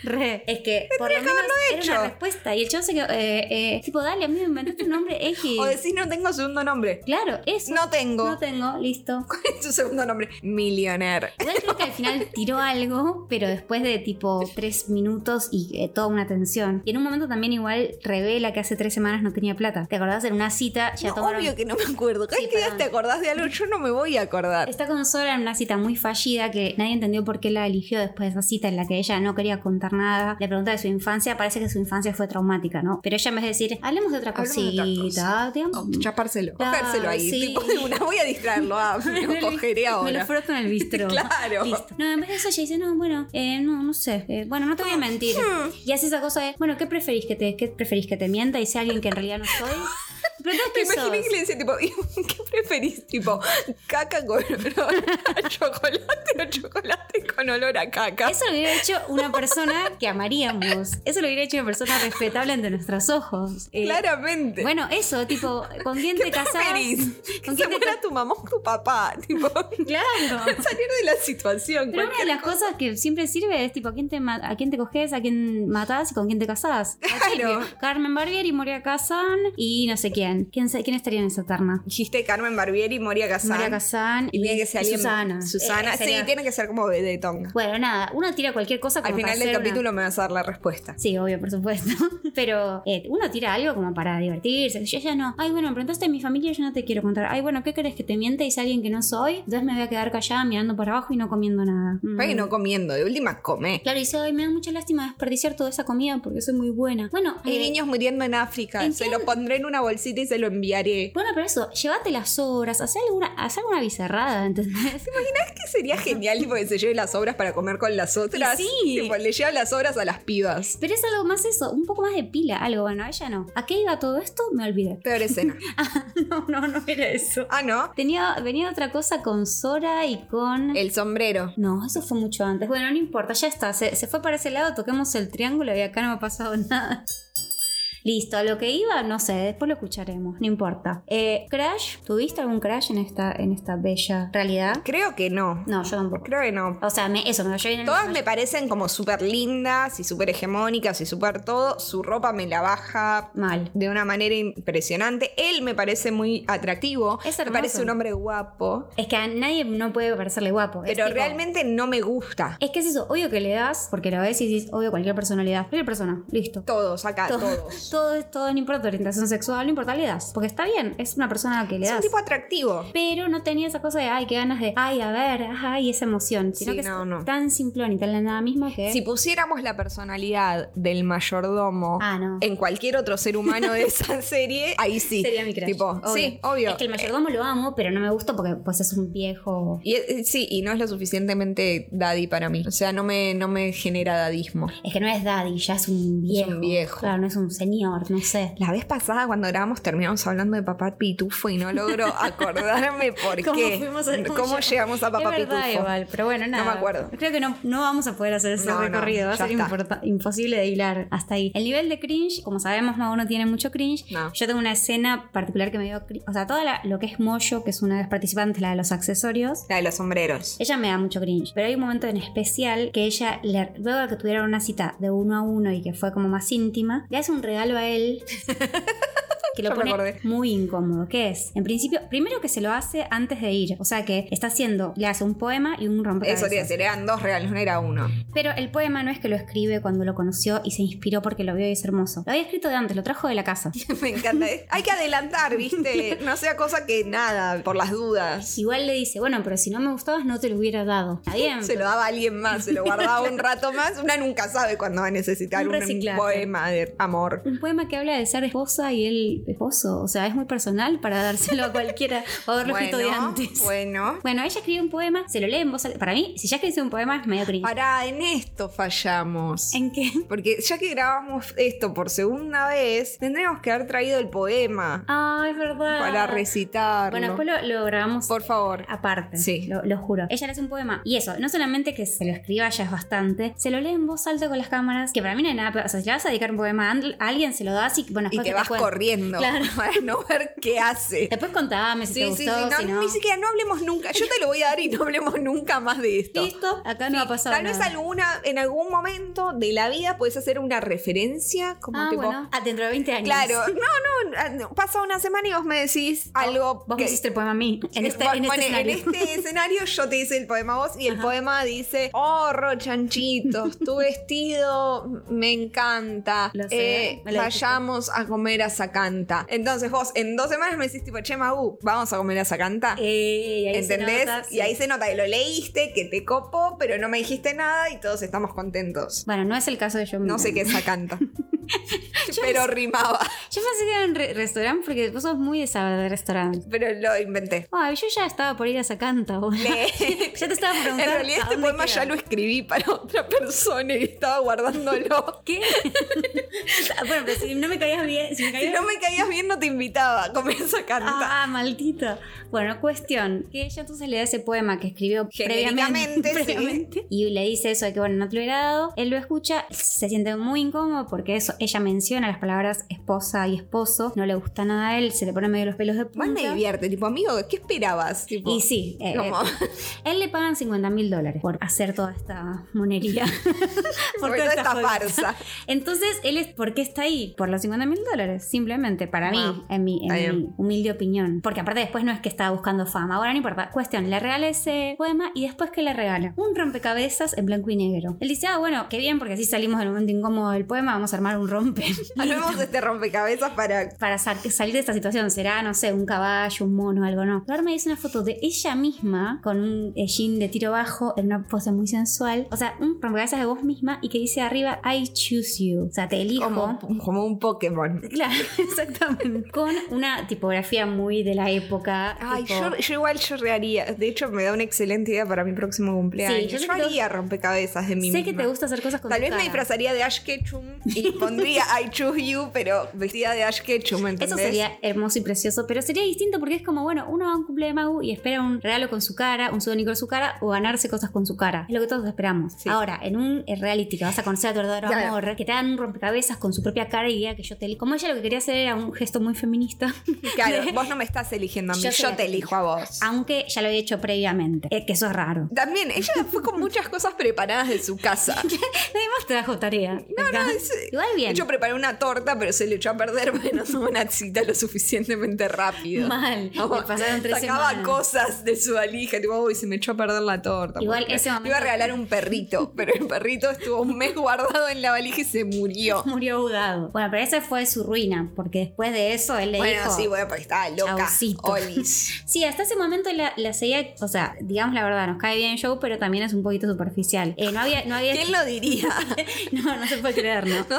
Speaker 3: re. Es que por lo menos era
Speaker 2: hecho.
Speaker 3: una respuesta. Y el chabón se quedó, eh, eh, tipo, dale, a mí me inventaste un nombre X.
Speaker 2: o decís no tengo segundo nombre.
Speaker 3: Claro, eso.
Speaker 2: No tengo.
Speaker 3: No tengo, listo.
Speaker 2: ¿Cuál es tu segundo nombre? Millionaire.
Speaker 3: Igual creo que al final tiró algo, pero después de tipo tres minutos y eh, toda una tensión. Y en un momento también igual revela que hace tres semanas no tenía plata. ¿Te acordás? En una cita ya
Speaker 2: No,
Speaker 3: tomaron...
Speaker 2: obvio que no me acuerdo. Cada
Speaker 3: Sí,
Speaker 2: vez que
Speaker 3: perdón.
Speaker 2: te acordás de algo, yo no me voy a acordar.
Speaker 3: Está con Sora en una cita muy fallida que nadie entendió por qué la eligió después de esa cita en la que ella no quería contar nada. Le pregunta de su infancia, parece que su infancia fue traumática, ¿no? Pero ella en vez de decir, hablemos de otra
Speaker 2: Hablemos de otra
Speaker 3: cosita, digamos,
Speaker 2: O chapárselo,
Speaker 3: Claro,
Speaker 2: cogérselo ahí.
Speaker 3: sí.
Speaker 2: Tipo de una, voy a distraerlo. Ah, me lo cogeré
Speaker 3: Me lo
Speaker 2: ahora.
Speaker 3: froto en el bistro.
Speaker 2: Claro.
Speaker 3: Listo. No, en vez de eso ella dice, no, bueno, eh, no, no sé. eh, bueno, no te voy a mentir.
Speaker 2: Hmm.
Speaker 3: Y hace esa cosa de, bueno, ¿qué preferís que te, qué preferís que te mienta y sea alguien que en realidad no soy? Pero
Speaker 2: Me
Speaker 3: ¿qué
Speaker 2: imaginé que
Speaker 3: sos?
Speaker 2: le decía, tipo, ¿y ¿qué preferís? Tipo, caca con olor a chocolate o chocolate con olor a caca.
Speaker 3: Eso lo hubiera hecho una persona que amaríamos. Eso lo hubiera hecho una persona respetable ante nuestros ojos. Eh,
Speaker 2: Claramente.
Speaker 3: Bueno, eso, tipo, ¿con quién te casás?
Speaker 2: preferís? Que
Speaker 3: ¿Con
Speaker 2: se
Speaker 3: quién te
Speaker 2: muera tu mamá o tu papá. Tipo,
Speaker 3: Claro.
Speaker 2: salir de la situación.
Speaker 3: Pero una de
Speaker 2: cualquier
Speaker 3: las cosas que siempre sirve es tipo a quién te ma- a quién te coges, a quién matás y con quién te casás. Así
Speaker 2: Claro.
Speaker 3: que Carmen Barbieri, Moria Kazan y no sé quién. ¿Quién, se- quién estaría en esa terna?
Speaker 2: Dijiste Carmen Barbieri y Moria Casán.
Speaker 3: Moria Kazan y,
Speaker 2: Y tiene que ser
Speaker 3: y
Speaker 2: alguien.
Speaker 3: Susana.
Speaker 2: Susana.
Speaker 3: Eh,
Speaker 2: sí,
Speaker 3: sería-
Speaker 2: tiene que ser como Bedetonga.
Speaker 3: Bueno, nada, uno tira cualquier cosa como
Speaker 2: Al
Speaker 3: para
Speaker 2: final del
Speaker 3: hacer una-
Speaker 2: capítulo me vas a dar la respuesta.
Speaker 3: Sí, obvio, por supuesto. Pero eh, uno tira algo como para divertirse. Yo ya no. Ay, bueno, me preguntaste de mi familia, yo no te quiero contar. Ay, bueno, ¿qué querés que te miente y sea alguien que no soy? Entonces me voy a quedar callada mirando para abajo y no comiendo nada. Mm.
Speaker 2: Oye, no comiendo, de última come.
Speaker 3: Claro, dice, ay, me da mucha lástima desperdiciar toda esa comida porque soy muy buena. Bueno,
Speaker 2: Hay
Speaker 3: eh,
Speaker 2: niños muriendo en África. Se
Speaker 3: entiendo.
Speaker 2: lo pondré en una bolsita y se lo enviaré.
Speaker 3: Bueno, pero eso, llévate las obras, haz alguna, haz alguna bizarrada, ¿entendés?
Speaker 2: ¿Sabes qué sería genial tipo, que se lleve las obras para comer con las otras?
Speaker 3: sí.
Speaker 2: Tipo, le lleva las obras a las pibas.
Speaker 3: Pero es algo más eso, un poco más de pila, algo bueno, a ella no. ¿A qué iba todo esto? Me olvidé. Ah,
Speaker 2: Peor escena.
Speaker 3: No, no, no era eso.
Speaker 2: ah, ¿no?
Speaker 3: Tenía, venía otra cosa con Sora y con...
Speaker 2: El sombrero.
Speaker 3: No, eso fue mucho antes. Bueno, no importa, ya está. Se, se fue para ese lado, toquemos el triángulo y acá no me ha pasado nada. Listo, a lo que iba, no sé, después lo escucharemos, no importa. Eh, ¿Crash? ¿Tuviste algún crash en esta, en esta bella realidad?
Speaker 2: Creo que no.
Speaker 3: No, yo tampoco.
Speaker 2: Creo que no.
Speaker 3: O sea, me- eso, me cayó bien el
Speaker 2: Todas me parecen como súper lindas y súper hegemónicas y súper todo. Su ropa me la baja
Speaker 3: Mal.
Speaker 2: de una manera impresionante. Él me parece muy atractivo.
Speaker 3: Es
Speaker 2: me
Speaker 3: hermoso.
Speaker 2: parece un hombre guapo.
Speaker 3: Es que a nadie no puede parecerle guapo. es
Speaker 2: Pero
Speaker 3: Pues tipo-
Speaker 2: realmente no me gusta.
Speaker 3: Es que es eso, obvio que le das, porque lo ves y dices, obvio cualquier personalidad. Cualquier persona, listo.
Speaker 2: Todos, acá,
Speaker 3: Todo-
Speaker 2: todos.
Speaker 3: Todo, es- todo, no importa tu orientación sexual, no importa, le das. Porque está bien, es una persona a la que le
Speaker 2: Es un
Speaker 3: das.
Speaker 2: tipo atractivo.
Speaker 3: Pero no tenía esa cosa de, ay, qué ganas de, ay, a ver, ay, esa emoción. Sino
Speaker 2: Sí,
Speaker 3: que
Speaker 2: no,
Speaker 3: es
Speaker 2: no.
Speaker 3: tan simplón y tan nada misma que.
Speaker 2: Si pusiéramos la personalidad del mayordomo
Speaker 3: Ah, no.
Speaker 2: en cualquier otro ser humano de esa serie, ahí sí.
Speaker 3: Sería mi crush.
Speaker 2: Tipo, sí, obvio.
Speaker 3: Es que el mayordomo lo amo, pero no me gusta porque pues es un viejo.
Speaker 2: Y es- sí, y no es lo suficientemente daddy para mí. O sea, no me, no me genera dadismo.
Speaker 3: Es que no es daddy, ya es un viejo.
Speaker 2: viejo.
Speaker 3: Claro, no es un señor, no sé.
Speaker 2: La vez pasada cuando grabamos terminamos hablando de papá pitufo y no logro acordarme por
Speaker 3: ¿Cómo
Speaker 2: qué.
Speaker 3: fuimos a- cómo
Speaker 2: ¿Cómo
Speaker 3: llegamos?
Speaker 2: llegamos a papá
Speaker 3: es verdad
Speaker 2: pitufo?
Speaker 3: igual, pero bueno, nada.
Speaker 2: No me acuerdo.
Speaker 3: Creo que no, no vamos a poder hacer ese
Speaker 2: No, no,
Speaker 3: recorrido. Va a
Speaker 2: ya
Speaker 3: ser
Speaker 2: está.
Speaker 3: importa- imposible de hilar hasta ahí. El nivel de cringe, como sabemos, Mago no tiene mucho cringe.
Speaker 2: No.
Speaker 3: Yo tengo una escena particular que me dio cringe. O sea, toda la- lo que es Moyo, que es una de las participantes, la de los accesorios.
Speaker 2: La de los sombreros.
Speaker 3: Ella me da mucho cringe, pero hay un momento en especial que ella, le- luego de que tuvieron una cita de uno a uno y que fue como más íntima, le hace un regalo a él. Que lo
Speaker 2: Ya me
Speaker 3: pone
Speaker 2: acordé.
Speaker 3: muy incómodo. ¿Qué es? En principio, primero que se lo hace antes de ir. O sea que está haciendo, le hace un poema y un rompecabezas.
Speaker 2: Eso te decir, eran dos regalos, no era uno.
Speaker 3: Pero el poema no es que lo escribe cuando lo conoció y se inspiró porque lo vio y es hermoso. Lo había escrito de antes, lo trajo de la casa.
Speaker 2: Me encanta. ¿eh? Hay que adelantar, ¿viste? No sea cosa que nada, por las dudas.
Speaker 3: Igual le dice, bueno, pero si no me gustabas no te lo hubiera dado. Está bien.
Speaker 2: Se lo daba a alguien más, se lo guardaba un rato más. Una nunca sabe cuándo va a necesitar
Speaker 3: Un
Speaker 2: un,
Speaker 3: reciclaje.
Speaker 2: poema de amor.
Speaker 3: Un poema que habla de ser esposa y el esposo. O sea, es muy personal para dárselo a cualquiera o haberlo escrito de antes. Bueno.
Speaker 2: bueno.
Speaker 3: ella escribe un poema, se lo lee en voz alta. Para mí, si ya escribiste un poema, es medio cringe.
Speaker 2: Pará, en esto fallamos.
Speaker 3: ¿En qué?
Speaker 2: Porque ya que grabamos esto por segunda vez, tendríamos que haber traído el poema
Speaker 3: Ah, es verdad.
Speaker 2: para recitarlo.
Speaker 3: Bueno, después lo, lo Ah, grabamos
Speaker 2: Por favor.
Speaker 3: aparte.
Speaker 2: Sí.
Speaker 3: Lo, lo juro. Ella le hace un poema. Y eso, no solamente que se lo escriba ya es bastante, se lo lee en voz alta con las cámaras, que para mí no hay nada. pe- O sea, si le vas a dedicar un poema a and- a alguien, se lo das y bueno,
Speaker 2: Y
Speaker 3: después
Speaker 2: te
Speaker 3: que
Speaker 2: vas
Speaker 3: cuente.
Speaker 2: corriendo
Speaker 3: Claro.
Speaker 2: para no ver qué hace.
Speaker 3: Después contame si te gustó,
Speaker 2: No,
Speaker 3: si no.
Speaker 2: Ni siquiera, no hablemos nunca. Yo te lo voy a dar y no hablemos nunca más de esto.
Speaker 3: Listo, acá no ha pasado
Speaker 2: Tal vez
Speaker 3: nada.
Speaker 2: alguna, en algún momento de la vida puedes hacer una referencia como
Speaker 3: Ah,
Speaker 2: tipo.
Speaker 3: bueno. Ah, dentro de 20 años.
Speaker 2: Claro, no, no, ah, no, pasa una semana y vos me decís algo
Speaker 3: Vos
Speaker 2: que-
Speaker 3: me hiciste el poema a mí. En este,
Speaker 2: Vos-
Speaker 3: en este
Speaker 2: bueno,
Speaker 3: escenario.
Speaker 2: en este escenario yo te hice el poema a vos y el poema dice, oh, rochanchitos, tu vestido me encanta,
Speaker 3: Lo sé,
Speaker 2: Eh,
Speaker 3: me lo dijiste.
Speaker 2: vayamos a comer a Zacanta. Entonces vos en dos semanas me decís tipo, che, Magu, vamos a comer a
Speaker 3: Eh,
Speaker 2: Zacanta.
Speaker 3: Ey, ahí se
Speaker 2: ¿Entendés?
Speaker 3: nota, sí.
Speaker 2: Y ahí se nota que lo leíste, que te copó, pero no me dijiste nada y todos estamos contentos.
Speaker 3: Bueno, no es el caso de yo.
Speaker 2: No sé qué es Zacanta, pero rimaba,
Speaker 3: Yo pensé que era un re- restaurante porque vos sos muy de saber de restaurante.
Speaker 2: pero lo inventé.
Speaker 3: Ay, yo ya estaba por ir a Sacanta, boludo.
Speaker 2: Le-
Speaker 3: Ya te estaba
Speaker 2: En
Speaker 3: preguntando.
Speaker 2: realidad
Speaker 3: ¿a
Speaker 2: este
Speaker 3: dónde
Speaker 2: poema
Speaker 3: queda?
Speaker 2: ya lo escribí para otra persona y estaba guardándolo.
Speaker 3: ¿Qué? Ah, bueno, pero si no me caías bien. Si me
Speaker 2: Si
Speaker 3: caías
Speaker 2: no me caías bien no te invitaba a comer esa canta.
Speaker 3: Ah, maldito. Bueno, cuestión. Que ella entonces le da ese poema que escribió
Speaker 2: Genéricamente,
Speaker 3: previamente,
Speaker 2: sí.
Speaker 3: previamente, y le dice eso de que, bueno, no te lo he dado. Él lo escucha, se siente muy incómodo porque eso, ella menciona las palabras esposa y esposo. No le gusta nada a él, se le pone medio los pelos de punta.
Speaker 2: Más me divierte, tipo, amigo, ¿qué esperabas? Tipo,
Speaker 3: Y sí, eh,
Speaker 2: como,
Speaker 3: él le pagan 50 mil dólares por hacer toda esta monería.
Speaker 2: por toda esta
Speaker 3: jodida.
Speaker 2: farsa.
Speaker 3: Entonces, él es, ¿por qué está ahí? Por los 50 mil dólares, simplemente, para mí,
Speaker 2: Wow.
Speaker 3: en, mi, en
Speaker 2: Está
Speaker 3: mi
Speaker 2: bien.
Speaker 3: humilde opinión. Porque aparte después no es que estaba buscando fama, ahora no importa. Cuestión, le regala ese poema y después que le regala un rompecabezas en blanco y negro. Él dice, ah, bueno, qué bien, porque así salimos del momento incómodo del poema, vamos a armar un rompe.
Speaker 2: Armemos este rompecabezas para...
Speaker 3: Para sa- salir de esta situación será, no sé, un caballo, un mono, algo, no. Pero ahora me hizo una foto de ella misma con un eh, jean de tiro bajo en una pose muy sensual. O sea, un rompecabezas de vos misma y que dice arriba, I choose you. O sea, te elijo.
Speaker 2: Como, como un Pokémon.
Speaker 3: Claro, exactamente. Con una tipografía muy de la época.
Speaker 2: Ay,
Speaker 3: tipo-
Speaker 2: yo, yo igual yo re haría. De hecho, me da una excelente idea para mi próximo cumpleaños.
Speaker 3: Sí, yo
Speaker 2: yo
Speaker 3: sé que te-
Speaker 2: haría rompecabezas de mí
Speaker 3: sé que
Speaker 2: misma.
Speaker 3: te gusta hacer cosas con
Speaker 2: Tal
Speaker 3: tu
Speaker 2: vez me
Speaker 3: cara.
Speaker 2: disfrazaría de Ash Ketchum y pondría I choose you, pero vestida de Ash Ketchum, ¿me
Speaker 3: Eso
Speaker 2: entendés?
Speaker 3: sería hermoso y precioso, pero sería distinto porque es como, bueno, uno va a un cumple de Magu y espera un regalo con su cara, un souvenir con su cara o ganarse cosas con su cara. Es lo que todos esperamos.
Speaker 2: Sí.
Speaker 3: Ahora, en un reality que vas a conocer a tu verdadero
Speaker 2: Claro.
Speaker 3: amor, que te dan un rompecabezas con su propia cara y diga que yo te elijo. Como ella lo que quería hacer era un gesto muy feminista.
Speaker 2: Claro, vos no me estás eligiendo a mí,
Speaker 3: Yo
Speaker 2: yo,
Speaker 3: soy la Ah.
Speaker 2: te
Speaker 3: que
Speaker 2: elijo a vos.
Speaker 3: Aunque ya lo había hecho previamente. Eh, que eso es raro.
Speaker 2: También, ella fue con muchas cosas preparadas de su casa.
Speaker 3: Nadie más trajo tarea.
Speaker 2: No, no, es-
Speaker 3: Igual bien.
Speaker 2: De hecho, preparé una torta, pero se le echó a perder porque no tuvo una cita lo suficientemente rápido.
Speaker 3: Mal.
Speaker 2: Como,
Speaker 3: Le pasaron tres
Speaker 2: sacaba
Speaker 3: semanas.
Speaker 2: cosas de su valija, tipo, uy, se me echó a perder la torta.
Speaker 3: Igual
Speaker 2: porque
Speaker 3: ese momento-
Speaker 2: Iba a regalar un perrito, pero el perrito estuvo un mes guardado en la valija y se murió.
Speaker 3: Murió ahogado. Bueno, pero esa fue su ruina, porque después de eso él le
Speaker 2: bueno,
Speaker 3: dijo...
Speaker 2: sí, bueno, porque estaba loca.
Speaker 3: Chaucito.
Speaker 2: Olis.
Speaker 3: Sí, hasta ese momento la, la seguía, o sea, digamos la verdad, nos cae bien Joe, pero también es un poquito superficial. Eh, no había, no había.
Speaker 2: ¿Quién lo diría?
Speaker 3: No, no se puede creer, ¿no?
Speaker 2: No,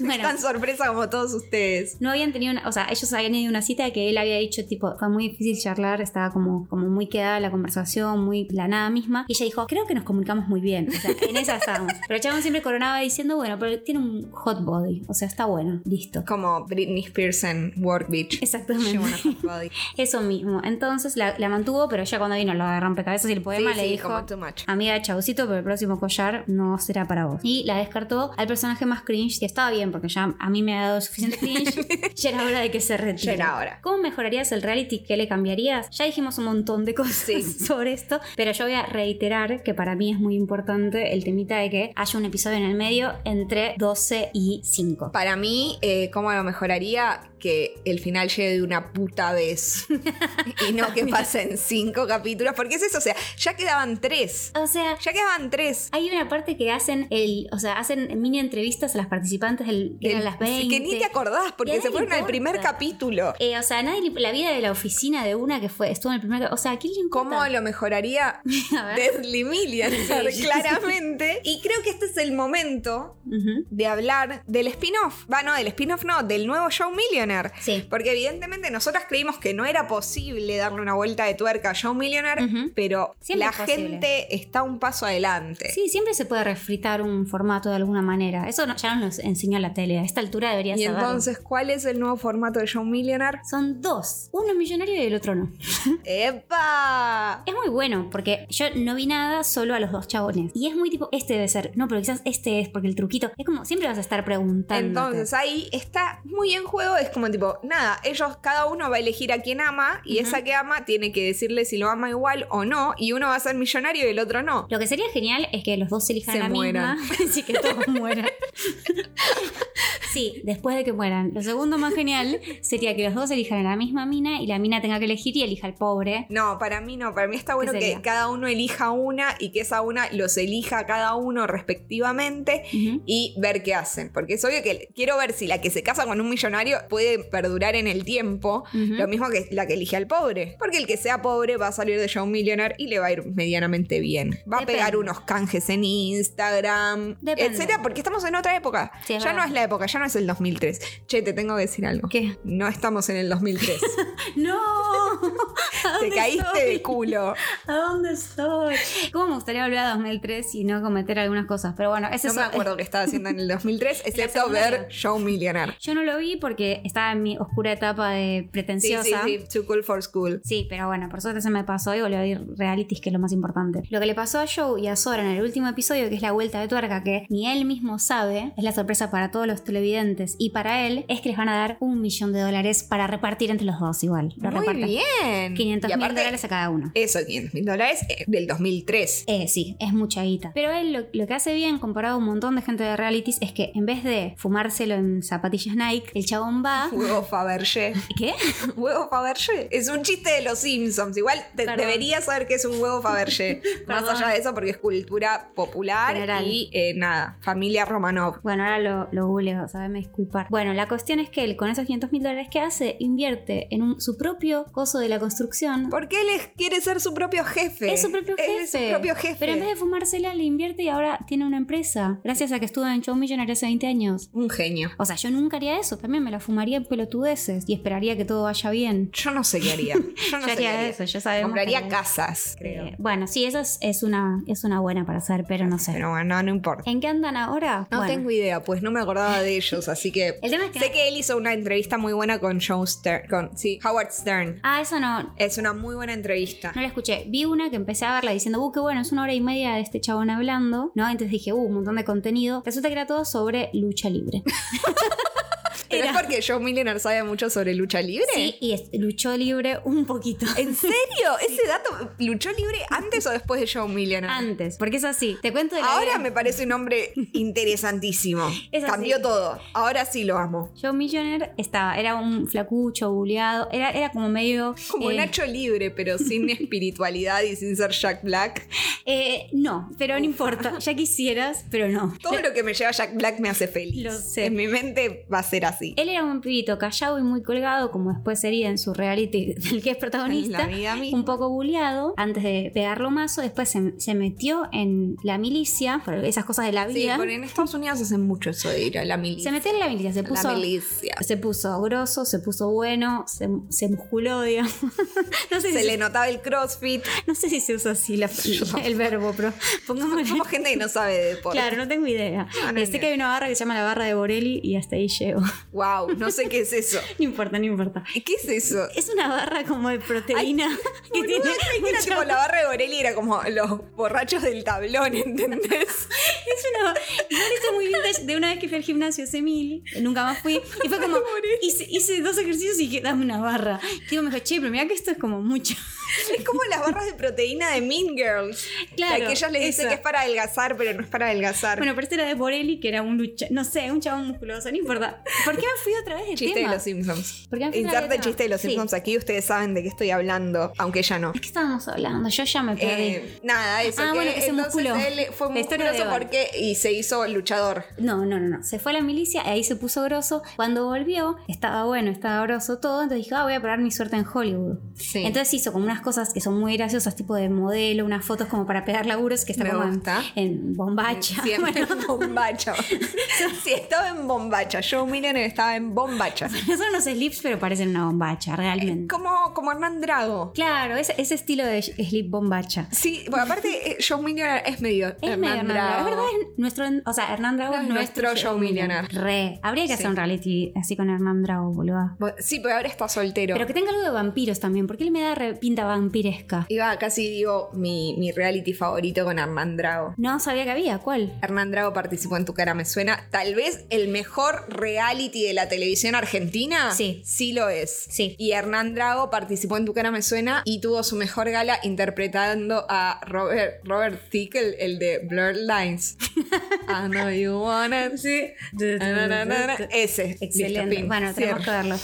Speaker 3: Bueno.
Speaker 2: Tan sorpresa como todos ustedes.
Speaker 3: No habían tenido una, o sea, ellos habían tenido una cita que él había dicho, tipo, fue muy difícil charlar, estaba como, como muy quedada la conversación, muy la nada misma. Y ella dijo, creo que nos comunicamos muy bien. O sea, en esa estábamos. Pero el chabón siempre coronaba diciendo, bueno, pero tiene un hot body. O sea, está bueno, listo.
Speaker 2: Como Britney Spears en Work Beach.
Speaker 3: Exactamente.
Speaker 2: She wanna fuck body.
Speaker 3: Eso mismo. Entonces la, la mantuvo, pero ya cuando vino lo de rompecabezas y el poema
Speaker 2: Sí,
Speaker 3: le
Speaker 2: sí,
Speaker 3: dijo,
Speaker 2: como too much.
Speaker 3: Amiga, chaucito, pero el próximo collar no será para vos. Y la descartó al personaje más cringe, que estaba bien, porque ya a mí me ha dado suficiente cringe. ya era hora de que se retire.
Speaker 2: Ya era hora.
Speaker 3: ¿Cómo mejorarías el reality? ¿Qué le cambiarías? Ya dijimos un montón de cosas
Speaker 2: Sí.
Speaker 3: sobre esto, pero yo voy a reiterar que para mí es muy importante el temita de que haya un episodio en el medio entre 12 y 5.
Speaker 2: Para mí, eh, ¿cómo lo mejoraría? Que el final llegue de una puta vez. y no que pasen cinco capítulos. Porque es eso, o sea, ya quedaban tres.
Speaker 3: O sea,
Speaker 2: Ya quedaban tres.
Speaker 3: hay una parte que hacen el, o sea, hacen mini entrevistas a las participantes del, que eran las 20.
Speaker 2: Que ni te acordás,
Speaker 3: Y a
Speaker 2: porque
Speaker 3: nadie
Speaker 2: se fueron
Speaker 3: le
Speaker 2: al primer
Speaker 3: importa.
Speaker 2: capítulo.
Speaker 3: Eh, o sea, nadie le- la vida de la oficina de una que fue estuvo en el primer... O sea, ¿a quién le importa?
Speaker 2: ¿Cómo lo mejoraría?
Speaker 3: A ver.
Speaker 2: Deadly Millionaire, claramente. Y creo que este es el momento
Speaker 3: Ujú.
Speaker 2: de hablar del spin-off. Va, no, del spin-off no, del nuevo show Millionaire.
Speaker 3: Sí.
Speaker 2: Porque evidentemente nosotras creímos que no era posible darle una vuelta de tuerca a Joe Millionaire,
Speaker 3: Ujú.
Speaker 2: pero
Speaker 3: Siempre
Speaker 2: la
Speaker 3: es posible.
Speaker 2: gente está un paso adelante.
Speaker 3: Sí, siempre se puede refritar un formato de alguna manera. Eso no- ya nos enseñó la tele. A esta altura debería
Speaker 2: Y
Speaker 3: saberlo.
Speaker 2: entonces, ¿cuál es el nuevo formato de Joe Millionaire?
Speaker 3: Son dos. Uno es millonario y el otro no.
Speaker 2: ¡Epa!
Speaker 3: Es muy bueno porque yo no vi nada solo a los dos chabones. Y es muy tipo, este debe ser. No, pero quizás este es porque el truquito. Es como siempre vas a estar preguntando.
Speaker 2: Entonces ahí está muy en juego, es como tipo, nada, ellos cada uno va a elegir a quien ama y
Speaker 3: Ujú.
Speaker 2: esa que ama tiene que decirle si lo ama igual o no y uno va a ser millonario y el otro no.
Speaker 3: Lo que sería genial es que los dos elijan
Speaker 2: Se
Speaker 3: la
Speaker 2: mueran.
Speaker 3: misma. Así que todos mueran. sí, después de que mueran. Lo segundo más genial sería que los dos elijan a la misma mina y la mina tenga que elegir y elija al pobre.
Speaker 2: No, para mí no, para mí está bueno
Speaker 3: sería?
Speaker 2: que cada uno elija una y que esa una los elija a cada uno respectivamente
Speaker 3: Ujú.
Speaker 2: y ver qué hacen. Porque es obvio que quiero ver si la que se casa con un millonario puede perdurar en el tiempo.
Speaker 3: Ujú.
Speaker 2: Lo mismo que la que elige al pobre. Porque el que sea pobre va a salir de Show Millionaire y le va a ir medianamente bien. Va
Speaker 3: Depende.
Speaker 2: a pegar unos canjes en Instagram,
Speaker 3: Depende.
Speaker 2: etcétera. Porque estamos en otra época.
Speaker 3: Sí, es
Speaker 2: ya no
Speaker 3: verdad.
Speaker 2: es la época, ya no es el 2003. Che, te tengo que decir algo.
Speaker 3: ¿Qué?
Speaker 2: No estamos en el 2003.
Speaker 3: ¡No!
Speaker 2: te caíste
Speaker 3: estoy?
Speaker 2: de culo.
Speaker 3: ¿A dónde estoy? ¿Cómo me gustaría volver a 2003 y no cometer algunas cosas? Pero bueno, ese
Speaker 2: No
Speaker 3: es
Speaker 2: me acuerdo qué estaba haciendo en el 2003, excepto
Speaker 3: secundaria.
Speaker 2: ver Show Millionaire.
Speaker 3: Yo no lo vi porque estaba en mi oscura etapa de
Speaker 2: Sí, sí,
Speaker 3: pretenciosa.
Speaker 2: sí. Too cool for school.
Speaker 3: Sí, pero bueno, por suerte se me pasó y volvió a ir realities, que es lo más importante. Lo que le pasó a Joe y a Sora en el último episodio, que es la vuelta de tuerca, que ni él mismo sabe, es la sorpresa para todos los televidentes y para él, es que les van a dar un millón de dólares para repartir entre los dos igual. Lo
Speaker 2: Muy
Speaker 3: reparten.
Speaker 2: bien.
Speaker 3: 500
Speaker 2: Y
Speaker 3: mil
Speaker 2: aparte,
Speaker 3: dólares a cada uno.
Speaker 2: Eso, 500 mil dólares eh, del 2003.
Speaker 3: Eh, sí, es mucha guita. Pero él lo, lo que hace bien comparado a un montón de gente de realities es que en vez de fumárselo en zapatillas Nike, el chabón va...
Speaker 2: Huevo Fabergé.
Speaker 3: ¿Qué?
Speaker 2: Huevo Fabergé. Es un chiste de los Simpsons. Igual te-
Speaker 3: Perdón.
Speaker 2: deberías saber que es un huevo Fabergé. Más
Speaker 3: Perdón.
Speaker 2: allá de eso, porque es cultura popular
Speaker 3: General.
Speaker 2: y eh, nada, familia Romanov.
Speaker 3: Bueno, ahora lo, lo googleo, sabeme disculpar. Bueno, la cuestión es que él con esos 500 mil dólares que hace, invierte en un- su propio coso de la construcción.
Speaker 2: Porque él es- quiere ser su propio jefe.
Speaker 3: Es su propio
Speaker 2: Él
Speaker 3: jefe.
Speaker 2: es su propio jefe.
Speaker 3: Pero en vez de fumársela, le invierte y ahora tiene una empresa. Gracias a que estuvo en Show Millionaire hace 20 años.
Speaker 2: Un genio.
Speaker 3: O sea, yo nunca haría eso. También me la fumaría en pelotudeces y esperaría que todo vaya bien.
Speaker 2: Yo no sé qué haría. Yo no sé
Speaker 3: Yo
Speaker 2: qué
Speaker 3: haría
Speaker 2: haría.
Speaker 3: eso, ya sabemos
Speaker 2: Compraría
Speaker 3: que-
Speaker 2: casas, creo.
Speaker 3: Eh, bueno, sí, esa es, es una, es una buena para hacer, pero no sé.
Speaker 2: Pero bueno, no, no importa.
Speaker 3: ¿En qué andan ahora?
Speaker 2: No
Speaker 3: Bueno.
Speaker 2: tengo idea, pues no me acordaba nada de ellos, así que.
Speaker 3: El tema es que-
Speaker 2: Sé que él hizo una entrevista muy buena con, John Stern, con sí, Howard Stern.
Speaker 3: Ah, eso no.
Speaker 2: Es una muy buena entrevista.
Speaker 3: No la escuché. Vi una que empecé a verla diciendo, uh, qué bueno, es una hora y media de este chabón hablando, ¿no? Entonces dije, uh, un montón de contenido. Resulta que era todo sobre lucha libre.
Speaker 2: ¿Pero es
Speaker 3: Era-
Speaker 2: porque Joe Milliner sabe mucho sobre lucha libre?
Speaker 3: Sí, y es- luchó libre un poquito.
Speaker 2: ¿En serio? ¿Ese dato luchó libre antes o después de Joe Milliner?
Speaker 3: Antes, porque es así. Te cuento de la
Speaker 2: Ahora
Speaker 3: vida.
Speaker 2: me parece un hombre interesantísimo.
Speaker 3: Es así.
Speaker 2: Cambió todo. Ahora sí lo amo.
Speaker 3: Joe Millionaire estaba, era un flacucho, buleado, era, era como medio...
Speaker 2: Como
Speaker 3: eh,
Speaker 2: Nacho libre, pero sin espiritualidad y sin ser Jack Black.
Speaker 3: eh, no, pero no importa, ya quisieras, pero no.
Speaker 2: Todo lo que me lleva Jack Black me hace feliz.
Speaker 3: Lo sé.
Speaker 2: En mi mente va a ser así.
Speaker 3: Él era un pibito callado y muy colgado, como después sería en su reality del que es
Speaker 2: La
Speaker 3: protagonista.
Speaker 2: vida misma.
Speaker 3: Un poco buleado, antes de pegarlo mazo, después se, se metió en la milicia, por esas cosas de la
Speaker 2: Sí,
Speaker 3: vida.
Speaker 2: porque en Estados Unidos hacen mucho eso de ir a la
Speaker 3: se
Speaker 2: milicia.
Speaker 3: metió en la milicia, se puso...
Speaker 2: La milicia.
Speaker 3: Se puso grosso, se puso bueno, se, se musculó, digamos. No sé, si,
Speaker 2: Se le notaba el crossfit.
Speaker 3: no sé si se usa así la- el verbo, pero pongámosle.
Speaker 2: Somos gente que no sabe de deporte.
Speaker 3: Claro, no tengo idea.
Speaker 2: No, no,
Speaker 3: Eh, sé
Speaker 2: no.
Speaker 3: que hay una barra que se llama la barra de Borelli y hasta ahí llego.
Speaker 2: Wow, no sé qué es eso.
Speaker 3: No importa, no importa.
Speaker 2: ¿Qué es eso?
Speaker 3: Es una barra como de proteína que
Speaker 2: Boluda,
Speaker 3: tiene
Speaker 2: creí que era
Speaker 3: mucha-
Speaker 2: tipo la barra de Borelli era como los borrachos del tablón, ¿entendés?
Speaker 3: Es una Igual esto es muy vintage. De una vez que fui al gimnasio hace mil, nunca más fui. Y fue como, hice, hice dos ejercicios y dije, dame una barra. Y digo, me dijo, che, pero mira que esto es como mucho.
Speaker 2: Es como las barras de proteína de Mean Girls.
Speaker 3: Claro,
Speaker 2: La que ellas les dicen
Speaker 3: esa.
Speaker 2: que es para adelgazar, pero no es para adelgazar.
Speaker 3: Bueno, pero este era de Borelli, que era un lucha, no sé, un chabón musculoso, no importa. ¿Por qué me fui otra vez de
Speaker 2: chiste
Speaker 3: tema?
Speaker 2: de los Simpsons.
Speaker 3: ¿Por qué me fui otra vez
Speaker 2: Inserte chiste de los
Speaker 3: tema?
Speaker 2: Simpsons
Speaker 3: Sí.
Speaker 2: aquí, ustedes saben de qué estoy hablando, aunque ya no.
Speaker 3: ¿De ¿Qué estábamos hablando? Yo ya me perdí.
Speaker 2: Eh, nada, eso.
Speaker 3: Ah, bueno, que se
Speaker 2: entonces
Speaker 3: musculó.
Speaker 2: él fue
Speaker 3: La historia de
Speaker 2: musculoso
Speaker 3: Eva.
Speaker 2: porque y se hizo luchador.
Speaker 3: No, no, no, no. Se fue a la milicia, ahí se puso grosso. Cuando volvió, estaba bueno, estaba grosso todo. Entonces dijo, ah, voy a probar mi suerte en Hollywood.
Speaker 2: Sí.
Speaker 3: Entonces hizo como unas cosas que son muy graciosas, tipo de modelo, unas fotos como para pegar laburos que está
Speaker 2: Me
Speaker 3: como en-
Speaker 2: gusta.
Speaker 3: En, bombacha.
Speaker 2: Siempre
Speaker 3: Ah, Bueno,
Speaker 2: en bombacha. sí, estaba en bombacha. Joe Miller estaba en bombacha.
Speaker 3: son unos slips, pero parecen una bombacha, realmente.
Speaker 2: Como, como Hernán Drago.
Speaker 3: Claro, ese, ese estilo de slip bombacha.
Speaker 2: Sí, bueno, aparte eh, Joe Millionaire es medio
Speaker 3: Es medio Hernán Drago. Es verdad, es nuestro, o sea, Hernán Drago
Speaker 2: No,
Speaker 3: es
Speaker 2: es nuestro Joe Millionaire.
Speaker 3: Re. Habría que hacer
Speaker 2: Sí.
Speaker 3: un reality así con Hernán Drago, boludo.
Speaker 2: Bueno, Sí, pero ahora está soltero.
Speaker 3: Pero que tenga algo de vampiros también, porque él me da re- pinta vampiresca.
Speaker 2: Iba casi digo mi, mi reality favorito con Hernán Drago.
Speaker 3: No sabía que había, ¿cuál?
Speaker 2: Hernán Drago participó en Tu cara me suena. Tal vez el mejor reality de la televisión argentina.
Speaker 3: Sí.
Speaker 2: Sí lo es.
Speaker 3: Sí.
Speaker 2: Y Hernán Drago participó en Tu cara me suena y tuvo su mejor gala interpretando a Robert, Robert Tickle, el de Blurred Lines. I know you wanna
Speaker 3: Sí.
Speaker 2: Na, na, na, na. Ese. Listo,
Speaker 3: Excelente.
Speaker 2: fin.
Speaker 3: Bueno,
Speaker 2: Cierro.
Speaker 3: tenemos que verlo.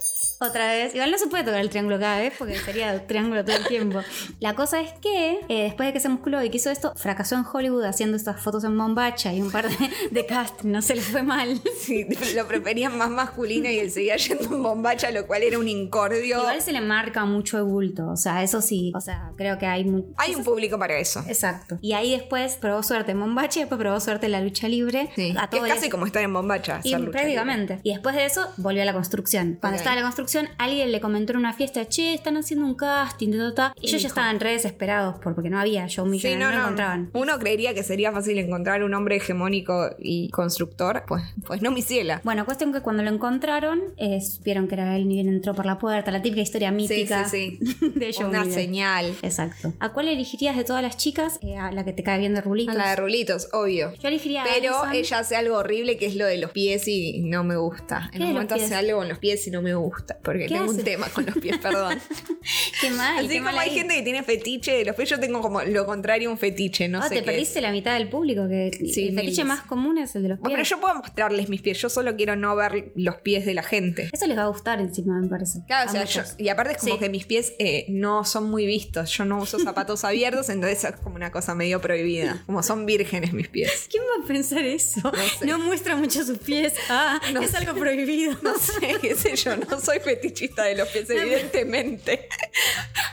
Speaker 3: Otra vez, igual no se puede tocar el triángulo cada vez porque sería triángulo todo el tiempo. La cosa es que eh, después de que se musculó y que hizo esto, fracasó en Hollywood haciendo estas fotos en bombacha y un par de, de cast, no se le fue mal.
Speaker 2: Sí, lo preferían más masculino y él seguía yendo en bombacha, lo cual era un incordio.
Speaker 3: Igual se le marca mucho el bulto, o sea, eso sí, o sea, creo que hay... mu-
Speaker 2: Hay un público para eso.
Speaker 3: Exacto. Y ahí después probó suerte en bombacha y después probó suerte en la lucha libre.
Speaker 2: Sí.
Speaker 3: A
Speaker 2: Que
Speaker 3: todo
Speaker 2: es casi
Speaker 3: esto.
Speaker 2: como estar en bombacha.
Speaker 3: Y
Speaker 2: hacer lucha
Speaker 3: prácticamente. Y después de eso, volvió a la construcción. Cuando
Speaker 2: Ok.
Speaker 3: estaba en la construcción, alguien le comentó en una fiesta, che, están haciendo un casting, ta, ta, ta". Ellos ya estaban re desesperados por- porque no había show
Speaker 2: libre. Sí, no,
Speaker 3: millonario, no,
Speaker 2: no.
Speaker 3: encontraban.
Speaker 2: Uno creería que sería fácil encontrar un hombre hegemónico y constructor. Pues, pues no, mi ciela.
Speaker 3: Bueno, cuestión que cuando lo encontraron, eh, supieron que era él, ni bien entró por la puerta, la típica historia mítica
Speaker 2: sí, sí.
Speaker 3: de Joe
Speaker 2: Una
Speaker 3: Miller.
Speaker 2: señal.
Speaker 3: Exacto. ¿A cuál elegirías de todas las chicas? Eh, a la que te cae bien de
Speaker 2: A
Speaker 3: rulitos.
Speaker 2: la de rulitos, obvio.
Speaker 3: Yo elegiría a
Speaker 2: Pero
Speaker 3: Alison.
Speaker 2: ella hace algo horrible que es lo de los pies y no me gusta.
Speaker 3: ¿Qué
Speaker 2: En
Speaker 3: de
Speaker 2: un
Speaker 3: los
Speaker 2: momento
Speaker 3: pies?
Speaker 2: hace algo con los pies y no me gusta. Porque
Speaker 3: ¿Qué
Speaker 2: tengo un
Speaker 3: hace?
Speaker 2: tema con los pies, perdón.
Speaker 3: Qué mal,
Speaker 2: Así
Speaker 3: qué
Speaker 2: como
Speaker 3: mal
Speaker 2: hay
Speaker 3: ahí.
Speaker 2: gente que tiene fetiche de los pies, yo tengo como lo contrario a un fetiche, no
Speaker 3: Ah,
Speaker 2: sé
Speaker 3: te
Speaker 2: qué es.
Speaker 3: perdiste la mitad del público. Que
Speaker 2: Sí,
Speaker 3: el fetiche
Speaker 2: miles.
Speaker 3: más común es el de los pies.
Speaker 2: Bueno, pero yo puedo mostrarles mis pies, yo solo quiero no ver los pies de la gente.
Speaker 3: Eso les va a gustar encima, me parece.
Speaker 2: Claro,
Speaker 3: A
Speaker 2: o sea,
Speaker 3: muchos.
Speaker 2: yo- y aparte es como
Speaker 3: Sí.
Speaker 2: que mis pies eh, no son muy vistos, yo no uso zapatos abiertos, entonces es como una cosa medio prohibida, como son vírgenes mis pies.
Speaker 3: ¿Quién va a pensar eso? No,
Speaker 2: sé.
Speaker 3: muestra mucho sus pies. Ah, es algo prohibido.
Speaker 2: No sé, qué sé yo, no soy fetichista de los pies,
Speaker 3: pero-
Speaker 2: evidentemente.